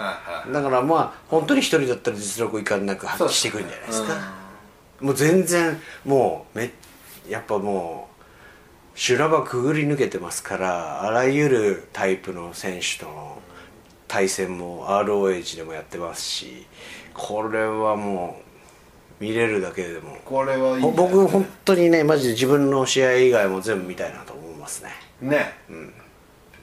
はいだからまあ本当に一人だったら実力をいかんなく発揮していくんじゃないですかもう全然もうめやっぱもう修羅場くぐり抜けてますからあらゆるタイプの選手との対戦も ROH でもやってますしこれはもう見れるだけでもこれはいいんじゃないですかね僕本当にねマジで自分の試合以外も全部見たいなと思いますねね、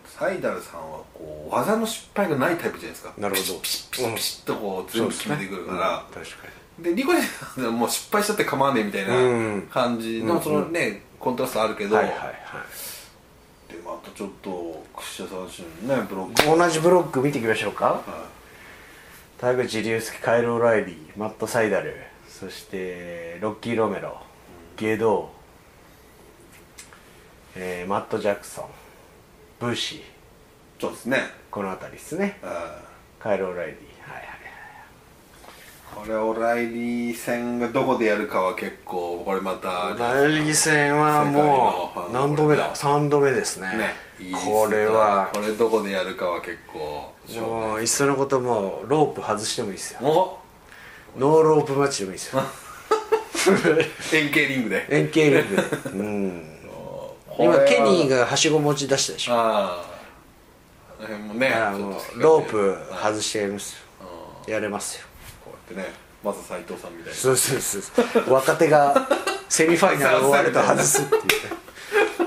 サイダルさんはこう技の失敗がないタイプじゃないですかなるほどピシッピシッピシッとこうそ全う部です決ねめてくるからうん確かにで,、リコシェさんはもう失敗したって構わねえみたいうんな感じの、そのねコントラストあるけど、はいはいはいでまたちょっと櫛田選手のねブロック同じブロック見ていきましょうか、は田口竜介カイロ・オライリーマット・サイダルそしてロッキー・ロメロゲドウ、えーマット・ジャクソンブーシーそうですね、この辺りですねうんカイロ・オライリーはいはいこれオライリー戦がどこでやるかは結構これまたライリー戦はも世界のう何度目だ3度目ですねねいいですねこれはこれどこでやるかは結構もういっそのこともうロープ外してもいいですよおノーロープマッチでもいいですよ円形リングで円形力で うん今ケニーがはしご持ち出したでしょあああの辺もねだからもちょっとうロープうん外してやりますよやれますよこうやってねまず斎藤さんみたいなそうそうそうそう若手がセミファイナル終わると外すっていう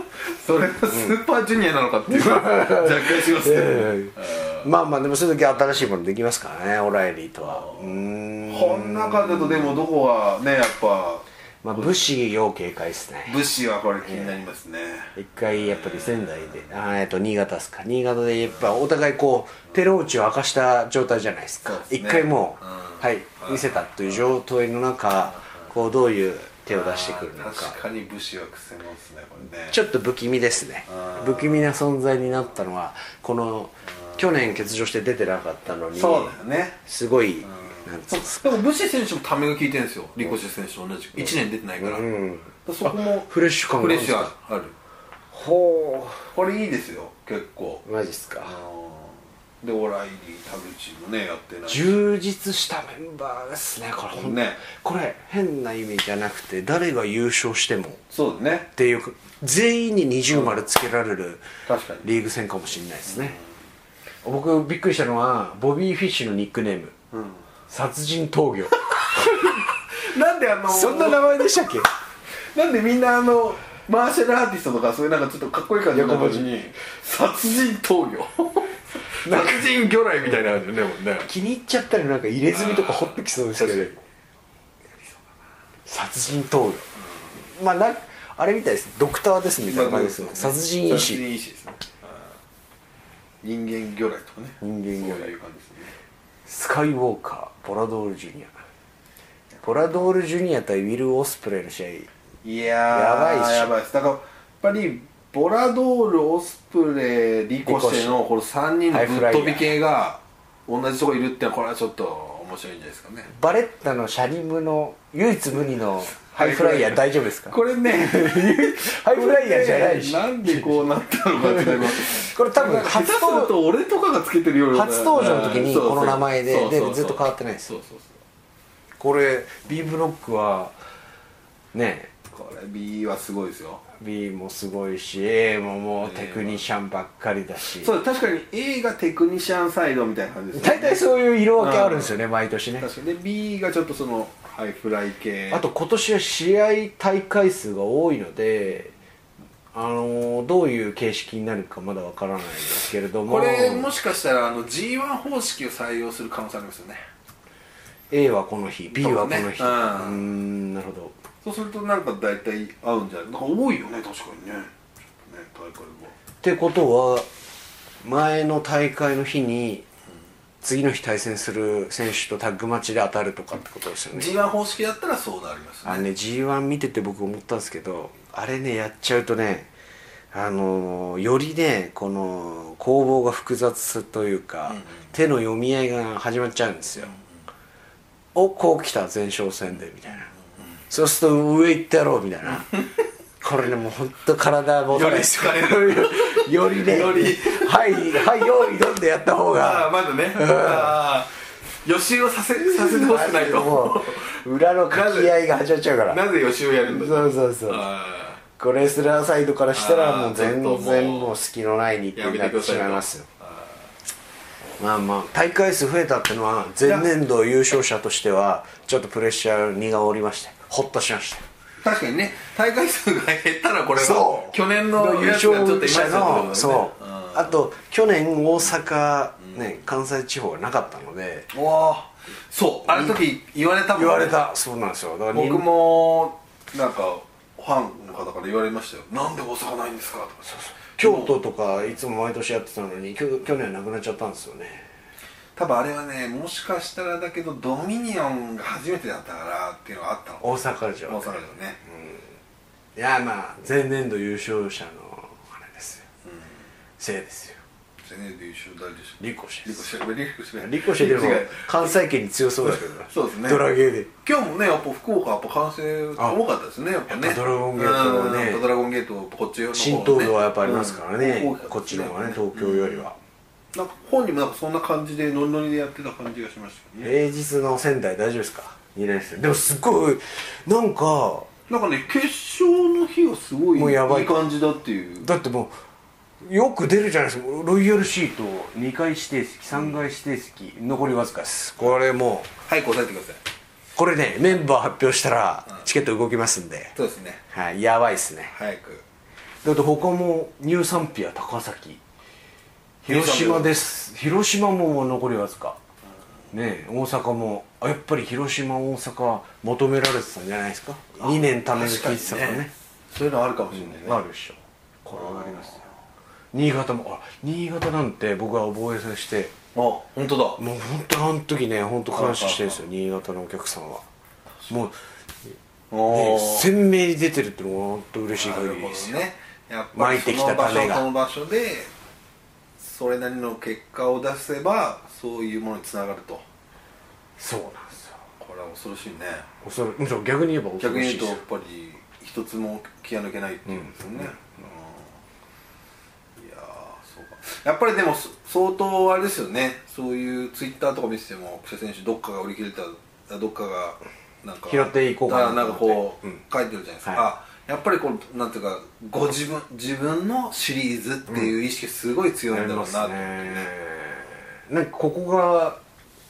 それがスーパージュニアなのかっていうのは若干しますけど ねええまあまあでもその時新しいものできますからねオライリーとはうーんこの中だとでもどこはねやっぱまあ武士要警戒ですね武士はこれ気になりますね、一回やっぱり仙台であーえっと新潟ですか新潟でやっぱお互いこうテロ打ちを明かした状態じゃないですかそうです一ね回もう、うんはい見せたという状態の中こうどういう手を出してくるのあーか確かに武士は癖もですねこれねちょっと不気味ですねあー不気味な存在になったのはこの去年欠場して出てなかったのにそうだよねすごいなんつそうでも武士選手もためが効いてるんですよリコシェ選手と同じく1年出てないから,、うんそこもフレッシュ感がフあるレんッシですュかあるほこれいいですよ結構うマジっすかあのーでオライリー田口もねやってない充実したメンバーですねこれほんねこれ変な意味じゃなくて誰が優勝してもっそうだねていうか全員に二重丸つけられる確かにリーグ戦かもしれないですね僕びっくりしたのはボビー・フィッシュのニックネーム殺人闘魚なんであのそんな名前でしたっけなんでみんなあのマーシャルアーティストとかそういうなんかちょっとかっこいい感じの横文字字に殺人闘魚殺人魚雷みたいな感じねもんね気に入っちゃったらなんか入れ墨とか掘ってきそうですけど殺人闘魚まあなあれみたいですドクターですみたいな感じですね殺人医殺師人医師ですねあー人間魚雷とかね人間魚雷そういう感じですねスカイウォーカーボラドールジュニアボラドールジュニア対ウィル・オスプレイの試合いやーやばいっしょやばいですだからやっぱりボラドールオスプレイリコシェのこの3人ハイのフぶラっイヤー飛び系が同じとこいるってのはこれはちょっと面白いんじゃないです かねバレッタのシャリムの唯一無二のハイフライヤー大丈夫ですかこれね ハイフライヤーじゃないしなんでこうなったのかっていうのが これ多分下手初する登と俺とかがつけてるような初登場の時にそうそうこの名前でそうそうそうでずっと変わってないですそうそうこれ B ブロックはねそうこれ B はすごいですよ B もすごいし A ももうテクニシャンばっかりだしそう確かに A がテクニシャンサイドみたいな感じですよ大体そういう色分けあるんですよね毎年ね確かにで B がちょっとそのハイフライ系あと今年は試合大会数が多いのであのーどういう形式になるかまだわからないんですけれどもこれもしかしたらあの G1 方式を採用する可能性ありますよね A はこの日 B はこの日う,、そうねうんーんなるほどそうするとなんか大体合うんじゃないなんか多いよね確かにねちょっとね大会はってことは前の大会の日に次の日対戦する選手とタッグマッチで当たるとかってことですよね G1 方式だったらそうなりますねあのね G1 見てて僕思ったんですけどあれねやっちゃうとねあのーよりねこの攻防が複雑というか、手の読み合いが始まっちゃうんですよ、おこう来た前哨戦でみたいな、そうすると上行ってやろうみたい なこれねもう本当体もたないですよ よりねよりはいはいよい挑んでやった方ああ がまだねああ予習をさせさせてほしくないと もう裏の掛け合いが始まっちゃうから なぜ予習をやるんだそうそうそうあこれレスラーサイドからしたらもう全あーちょっ然ともうもう隙のない日程になってしまいますよやめてまあまあ大会数増えたってのは前年度優勝者としてはちょっとプレッシャーにがおりましてホッとしました確かにね大会数が減ったらこれそはう去年の優やつがちょっといま勝者いちだったのそとうころだねあと去年大阪ね関西地方がなかったのでうんおーそうあの時言われたもん言われたそうなんですよだから僕もなんかファンの方から言われましたよなんで大阪ないんですかとか京都とかいつも毎年やってたのにきょ去年はなくなっちゃったんですよね多分あれはねもしかしたらだけどドミニオンが初めてだったからっていうのがあったの大阪じゃ大阪でね、いやまあ前年度優勝者のあれですよ、せいですよ全然優勝大でしょリコシェリでコすシェリリココシェシェでも違う関西圏に強そうだけどな そうですねドラゲーで今日もねやっぱ福岡やっぱ歓声多かったですねやっぱねやっぱドラゴンゲートはねうんやっぱドラゴンゲートこっちの方ね浸透度はやっぱありますからね、うん多かったこっちの方がね東京よりは、なんか本人もなんかそんな感じでノリノリでやってた感じがしましたよね平日の仙台大丈夫ですか2年生でもすっごいなんかなんかね決勝の日はすごいもうやばいいい感じだっていうだってもうよく出るじゃないですかロイヤルシート2階指定席3階指定席残りわずかですこれもう早く押さえてくださいこれねメンバー発表したらチケット動きますんで、そうですねはい、やばいっすね早くだって他もニューサンピア高崎広島です広島も残りわずかねえ大阪もあやっぱり広島大阪求められてたんじゃないですか2年ために聞いてたからねそういうのあるかもしれないね、あるでしょこれはありますよ新潟もあ新潟なんて僕は覚えさせてあ本当だもう本当あの時ね本当感謝してるんですよ新潟のお客さんはもうねおー鮮明に出てるってのが本当嬉しいなる限りほですどよねやっぱり巻いてきそたの場種所がその場所でそれなりの結果を出せばそういうものにつながるとそうなんですよこれは恐ろしいね恐ろむしろ逆に言えば恐逆ろにし言いうですとやよっぱり一つも気が抜けないっていうんですよね、うんいやーそうかやっぱりでもそ相当あれですよねそういうツイッターとか見てても記者選手どっかが売り切れたあどっかがなんか拾っていこうかなあなんかと思っこてう、うん書いてるじゃないですか、はいあやっぱりこうなんていうかご自分自分のシリーズっていう意識すごい強いなんだりまろうなとす思って、ねなんかここが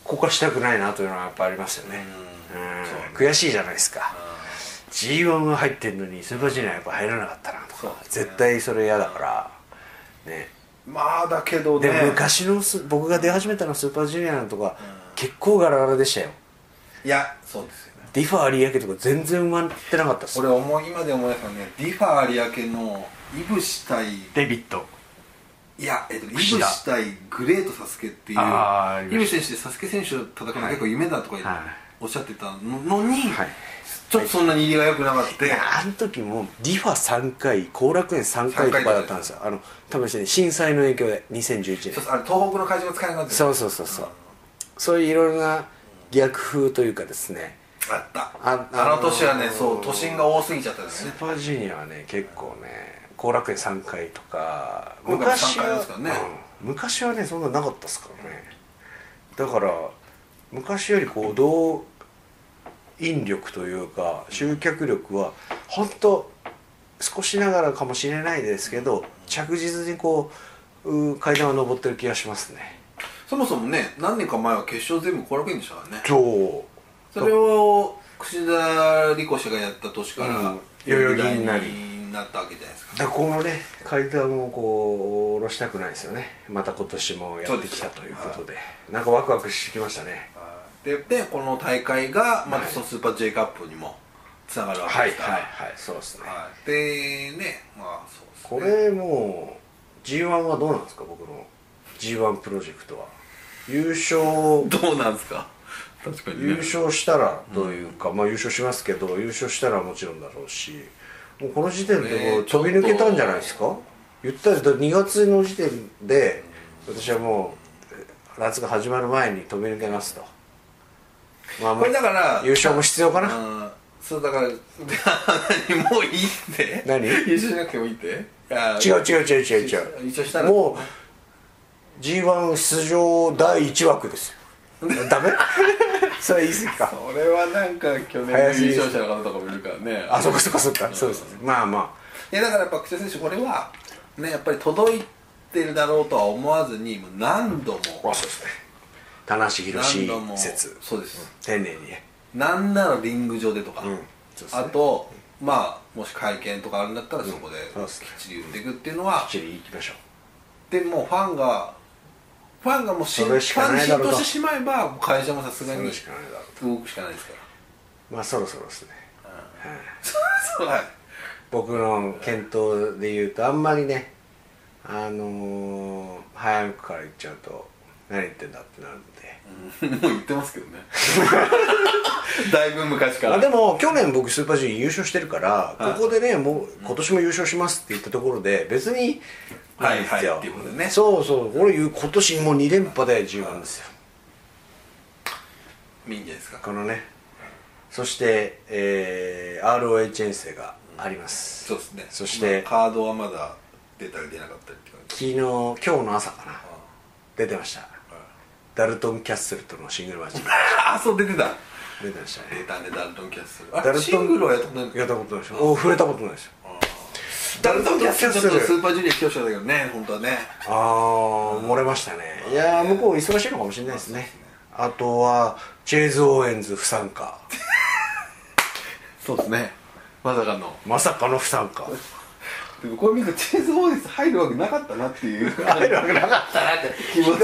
ここはしたくないなというのはやっぱありますよねうんうんそうね悔しいじゃないですかあ G1 が入ってんのにスーパージュニアやっぱ入らなかったなとそうかね絶対それ嫌だからねーまあだけどねで昔のス僕が出始めたのスーパージュニアのとか結構ガラガラでしたよいやそうですよねディファ有明とか全然埋まってなかったっす俺思い今で思い出したのねディファ有明のイブシ対デビットいや、えっと、イブ櫛田シ対グレートサスケっていうあーイブシ選手でサスケ選手と戦うの結構夢だとか言ってはいおっしゃってたのに、はいちょっとそんなに入りが良くなかった、であの時もディファ3回後楽園3回とかだったんですよあの多分してね震災の影響で2011そう年そうあれ東北の会場が使えなくなってそうそうそうそうそういういろいろな逆風というかですねあったあああのーの年はねそう都心が多すぎちゃったんですスねーパージュニアはね結構ね後楽園3回とか後楽園昔三回はですからねうん昔はねそんななかったっすからねだから昔よりこう動員力というか集客力は本当少しながらかもしれないですけど着実にこうう階段を上ってる気がしますねそもそもね何年か前は決勝全部後楽園でしたからね今日それを櫛田理子氏がやった年からうん代々木になり代々木になったわけじゃないですかだからこのね階段をこう下ろしたくないですよねまた今年もやってきたということでなんかワクワクしてきましたねででこの大会がまたそのスーパー J カップにもつながるわけはいですから、はいはいそうですねはいでねまあそうですねこれもう G1 はどうなんですか僕の G1 プロジェクトは優勝どうなんですか確かに、ね、優勝したらというか、まあ優勝しますけど優勝したらもちろんだろうしもうこの時点でもうねちょ飛っとび抜けたんじゃないですか言ったら2月の時点で私はもう夏が始まる前に飛び抜けますと、まあ、これだから優勝も必要かなうんそうだからで何もういいって何優勝しなくてもいいっていや違う違う違う違う違う優勝したらもう G1 出場第1枠ですよ ダメ それ言い過ぎかそれはなんか去年の早すぎ優勝者の方とかもいるからねあそっかそっかそっかそうですまあまいやだからやっぱ久世選手これはねやっぱり届いてるだろうとは思わずにもう何度もああそうですね棚橋何宏度も説そうです、丁寧にねなんならリング上でとか、うんそうですねあとまあもし会見とかあるんだったらそこでそうですねきっちり言っていくっていうのはきっ、ちり行きましょうでもうファンがファンがもうしそれしかないだろうとファン浸透してしまえばもう会社もさすがそにれしかないだろ動くしかないですからまあそろそろですねそうはい僕の検討で言うとあんまりねあのー早くから行っちゃうと何言ってんだってなるんでもう言ってます けどねだいぶ昔かまらあ、でも去年僕スーパージュニア優勝してるから、はいここでねもう今年も優勝しますって言ったところで別にはいなんですよはいっていうことでねそうそうこれ言う今年もう2連覇で G1 ですよいいんじゃないですかこのねそして、えー ROH 遠征があります、そうですねそしてまあカードはまだ出たり出なかったりって感じ昨日今日の朝かな出てましたダルトン・キャッスルとのシングルマッチああそう出てた出てました出ねたねダルトンキャッスルあダれルトンシングルはやったことないのやったことないでしょお触れたことないでしょダルトンキャッスルちょっとスーパージュニア強者だけどね本当はねああ漏れましたねいやー向こう忙しいのかもしれないですねあとはチェイズ・オーエンズ不参加そうですねまさかの まさかの不参加でもこれ見るとチェーズボーイズ入るわけなかったなっていう入るわけなかったなって気持ち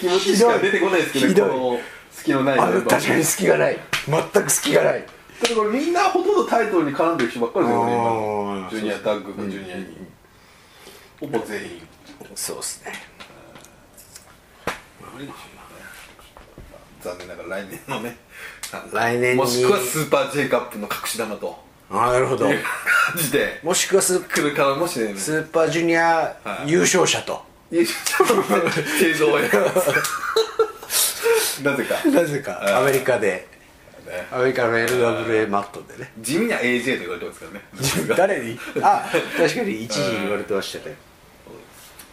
気持ちしか出てこないですけどひどいこの隙のないあメのンバー確かに隙がない全く隙がないだからこれみんなほとんどタイトルに絡んでる人ばっかりですよねあー今ジュニアタッグかジュニアに、ほぼ全員そうですね残念ながら来年のね 来年にもしくはスーパー J カップの隠し玉とああなるほどいう感じでもしくはス来 るからもしね スーパージュニアはい優勝者といやちょっと待って製造 やなぜかなぜかアメリカでねアメリカの LWA マットでね地味な AJ と言われてますからね自分が誰にあ確かに一時言われてましたね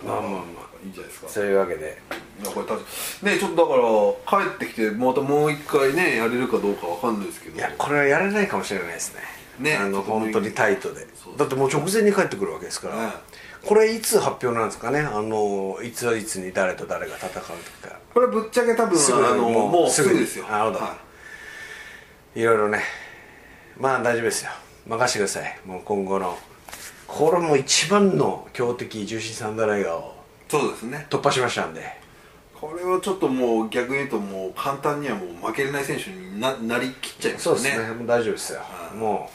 まあまあまあいいんじゃないですかそういうわけでいやこれ確かねちょっとだから帰ってきてまたもう一回ねやれるかどうかわかんないですけどいやこれはやれないかもしれないですねねあのちょっと本当にタイトでそうだってもう直前に帰ってくるわけですから、うんこれいつ発表なんですかねあのいつはいつに誰と誰が戦うとかこれぶっちゃけ多分すぐあのもうもうすすぐぐにですよなるほどはいろいろねまあ大丈夫ですよ任せてくださいもう今後のこれも一番の強敵重心サンダーライガーをいそうですね突破しましたんでこれはちょっともう逆に言うともう簡単にはもう負けれない選手にななりきっちゃいますそうですねもう大丈夫ですよ、も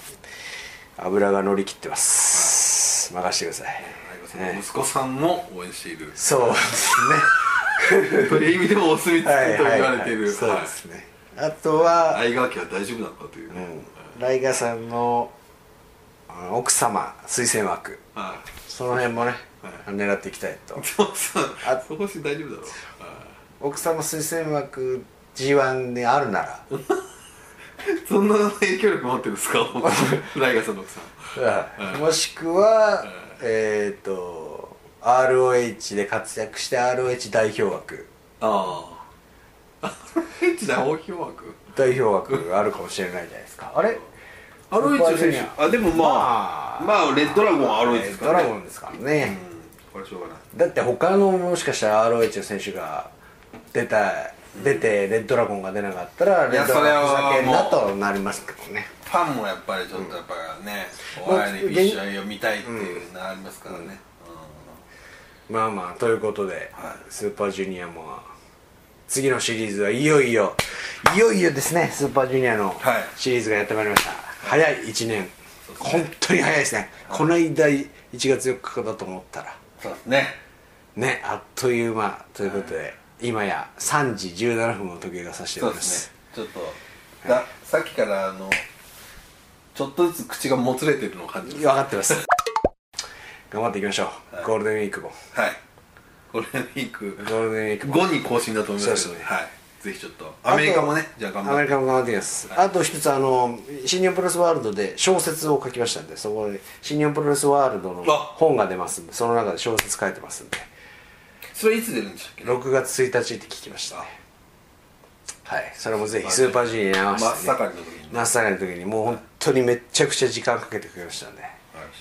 う油が乗り切ってます、任せてください、その息子さんも応援している そうですねという意味でもお墨付きと言われているそうはでいすね、あとは、相川家は大丈夫なのかというねライガーさんのあの奥様推薦枠はいその辺もね、狙っていきたいとそうそうあそこし大丈夫だろう奥様推薦枠 G1 にあるならそんな影響力持ってるん ですかライガーさんの奥さんうんもしくは、えっ、と ROH で活躍して ROH 代表枠あ あ ROH だ大評枠代表枠あるかもしれないじゃないですかあれ ROH 選手あでもままああまあレッドラゴンは ROH えでーすドかラらゴねンですからね、これしょうがないだって他のもしかしたら ROH の選手が出た出てレッドラゴンが出なかったらレッドラゴンそれはふざけんなもうとなりますけどねファンもやっぱりちょっとやっぱね、うんお笑いの一試合を見たいっていうのはありますからね、まあまあということで、スーパージュニアも次のシリーズはいよいよいよいよですねスーパージュニアのはいシリーズがやってまいりました、早い1年、本当に早いですね、この間1月4日だと思ったらそうですねねあっという間ということで、今や3時17分の時計がさしておそりうでますすねちょっとださっきからあのちょっとずつ口がもつれてるのを感じます分かってます頑張っていきましょう、ゴールデンウィークもはいゴールデンウィークゴールデンウィークも5に更新だと思いますそうけでど、すねはいぜひちょっとアメリカもねあとじゃあ頑アメ張っリてカも頑張っていきます、あと一つあの新日本プロレスワールドで小説を書きましたんでそこで新日本プロレスワールドのあ本が出ますんでその中で小説書いてますんでそれいつ出るんでしたっけ6月1日って聞きましたねはいそれもぜひスーパージュニアに合わせて、ね、真っ盛りの時に真っ盛りの時にもう本当にめっちゃくちゃ時間かけて書きましたんで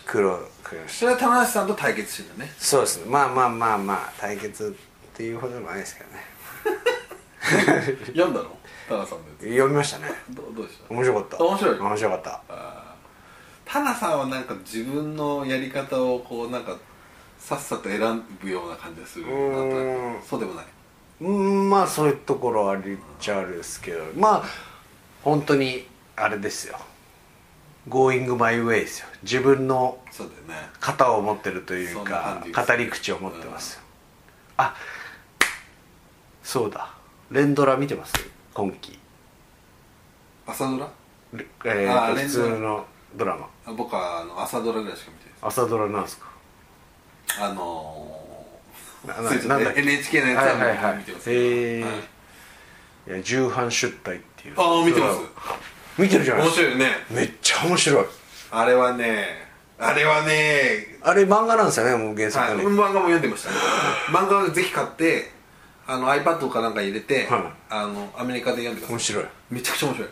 苦労かけましたそれは棚橋さんと対決してたねそうですねまあまあまあまあ対決っていうほどでもないですけどね読んだの棚橋さんのや読みましたねつどうどうでした面白かった面白い面白かったタナさんはなんか自分のやり方をこうなんかさっさと選ぶような感じがするーんなんとなくそうでもないうんまあそういうところはありっちゃあるですけどまあ本当にあれですよ「Going my way」ですよ自分のそうだよね型を持ってるというそんな感かじです語り口を持ってますよあそうだ連ドラ見てます今期、朝ドラえーあと、ー普通のドラマあ僕はあの朝ドラぐらいしか見てないで朝ドラなんですかすあのなー、それちょっと NHK のやつはいはいははい見てますけどへえはいいや重版出隊っていうああ見てます見てるじゃない面ですか白いよねめっちゃ面白いあれはねあれはねあれ漫画なんですよねもう原はい作ね、漫画も読んで ましたね漫画はぜひ買ってあの iPad かなんか入れて、はいあのアメリカで読んでください面白いめちゃくちゃ面白い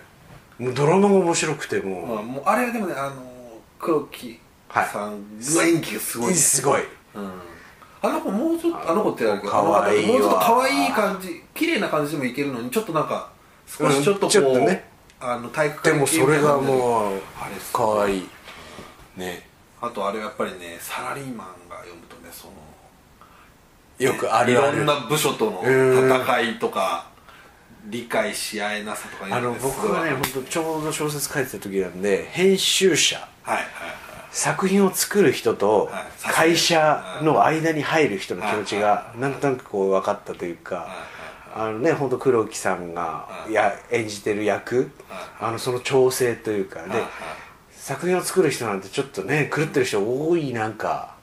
もうドラマが面白くてもう、まあ、もうあれはでもねあの黒木さんの演技がすごい、ねすごいうん、あの子もうちょっとあの子ってやるけどあの可方愛いわもうちょっと可愛い感じ綺麗な感じでもいけるのにちょっとなんか少うんしちょっとこちう、ょっとねあの体育で会もそれがうもうあれっす可愛いねあとあれはやっぱりねサラリーマンが読むとねそのよくあるあいろるんな部署とのうん戦いとか理解し合えなさとかいうあのね僕はねすごい本当ちょうど小説書いてた時なんで編集者はいはい作品を作る人とはい会社の間に入る人の気持ちがなんとなくこう分かったというかあのね本当黒木さんがはいや演じてる役あのその調整というかはいはいではい作品を作る人なんてちょっとね狂ってる人多いなんか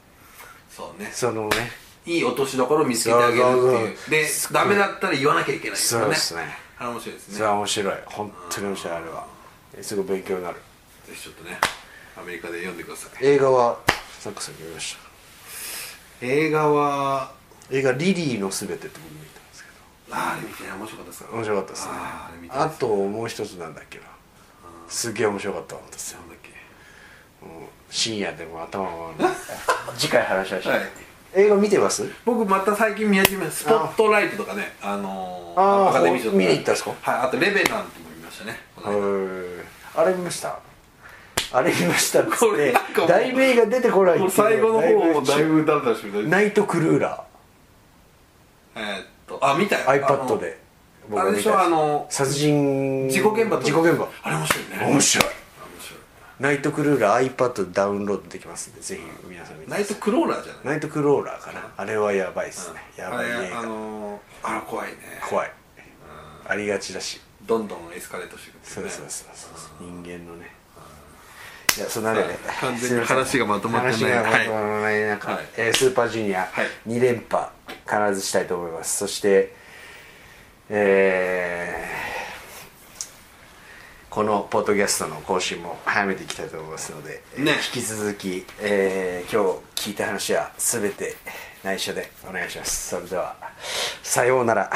そうねそのねいい落としどころを見つけてあげるってそういそううそうですごいダメだったら言わなきゃいけないですそうよでねすねあれ面白いですねそれは面白い本当に面白いあれはすごい勉強になるぜひちょっとねアメリカで読んでください映画はサックさんに言いました映画は映画「リリーのすべて」って僕見たんですけああれ見てね面白かったですかど面白かったですねあーあれ見てあないですともう一つなんだっけなすげえ面白かったんですよなんだっけ深夜でも頭が 回らない次回話しましょう、はい映画見てます僕また最近見始めたスポットライトとかねあのーあーアカデミー賞とか見に行ったんですかはいあとレベナントも見ましたねこの間あれ見ましたあれ見ましたっつこっれてなんかもう題名が出てこないってもいうう最後の方もだいぶ歌だしみたいナイトクルーラえーっとあ見たよー iPad であれでし僕が見たょやつあの殺人事故現場と事故現場あれ面白いね面白いあ面白いナイトクルーラー iPad ダウンロードできますんでぜひ皆さん見てくだナさイいトクローラーじゃないナイトクローラーかなあれはやばいっすねやばいあれ映あ画のーあら怖いね怖いありがちだしどんどんエスカレートしていくっていそううねそうそうそう人間のねいやそんなわけで完全に話がまとまってない話がまとまらない中、はいえースーパージュニアはい2連覇必ずしたいと思いますそしてえーこのポッドキャストの更新も早めていきたいと思いますので、えーね引き続き、えー今日聞いた話は全て内緒でお願いしますそれではさようなら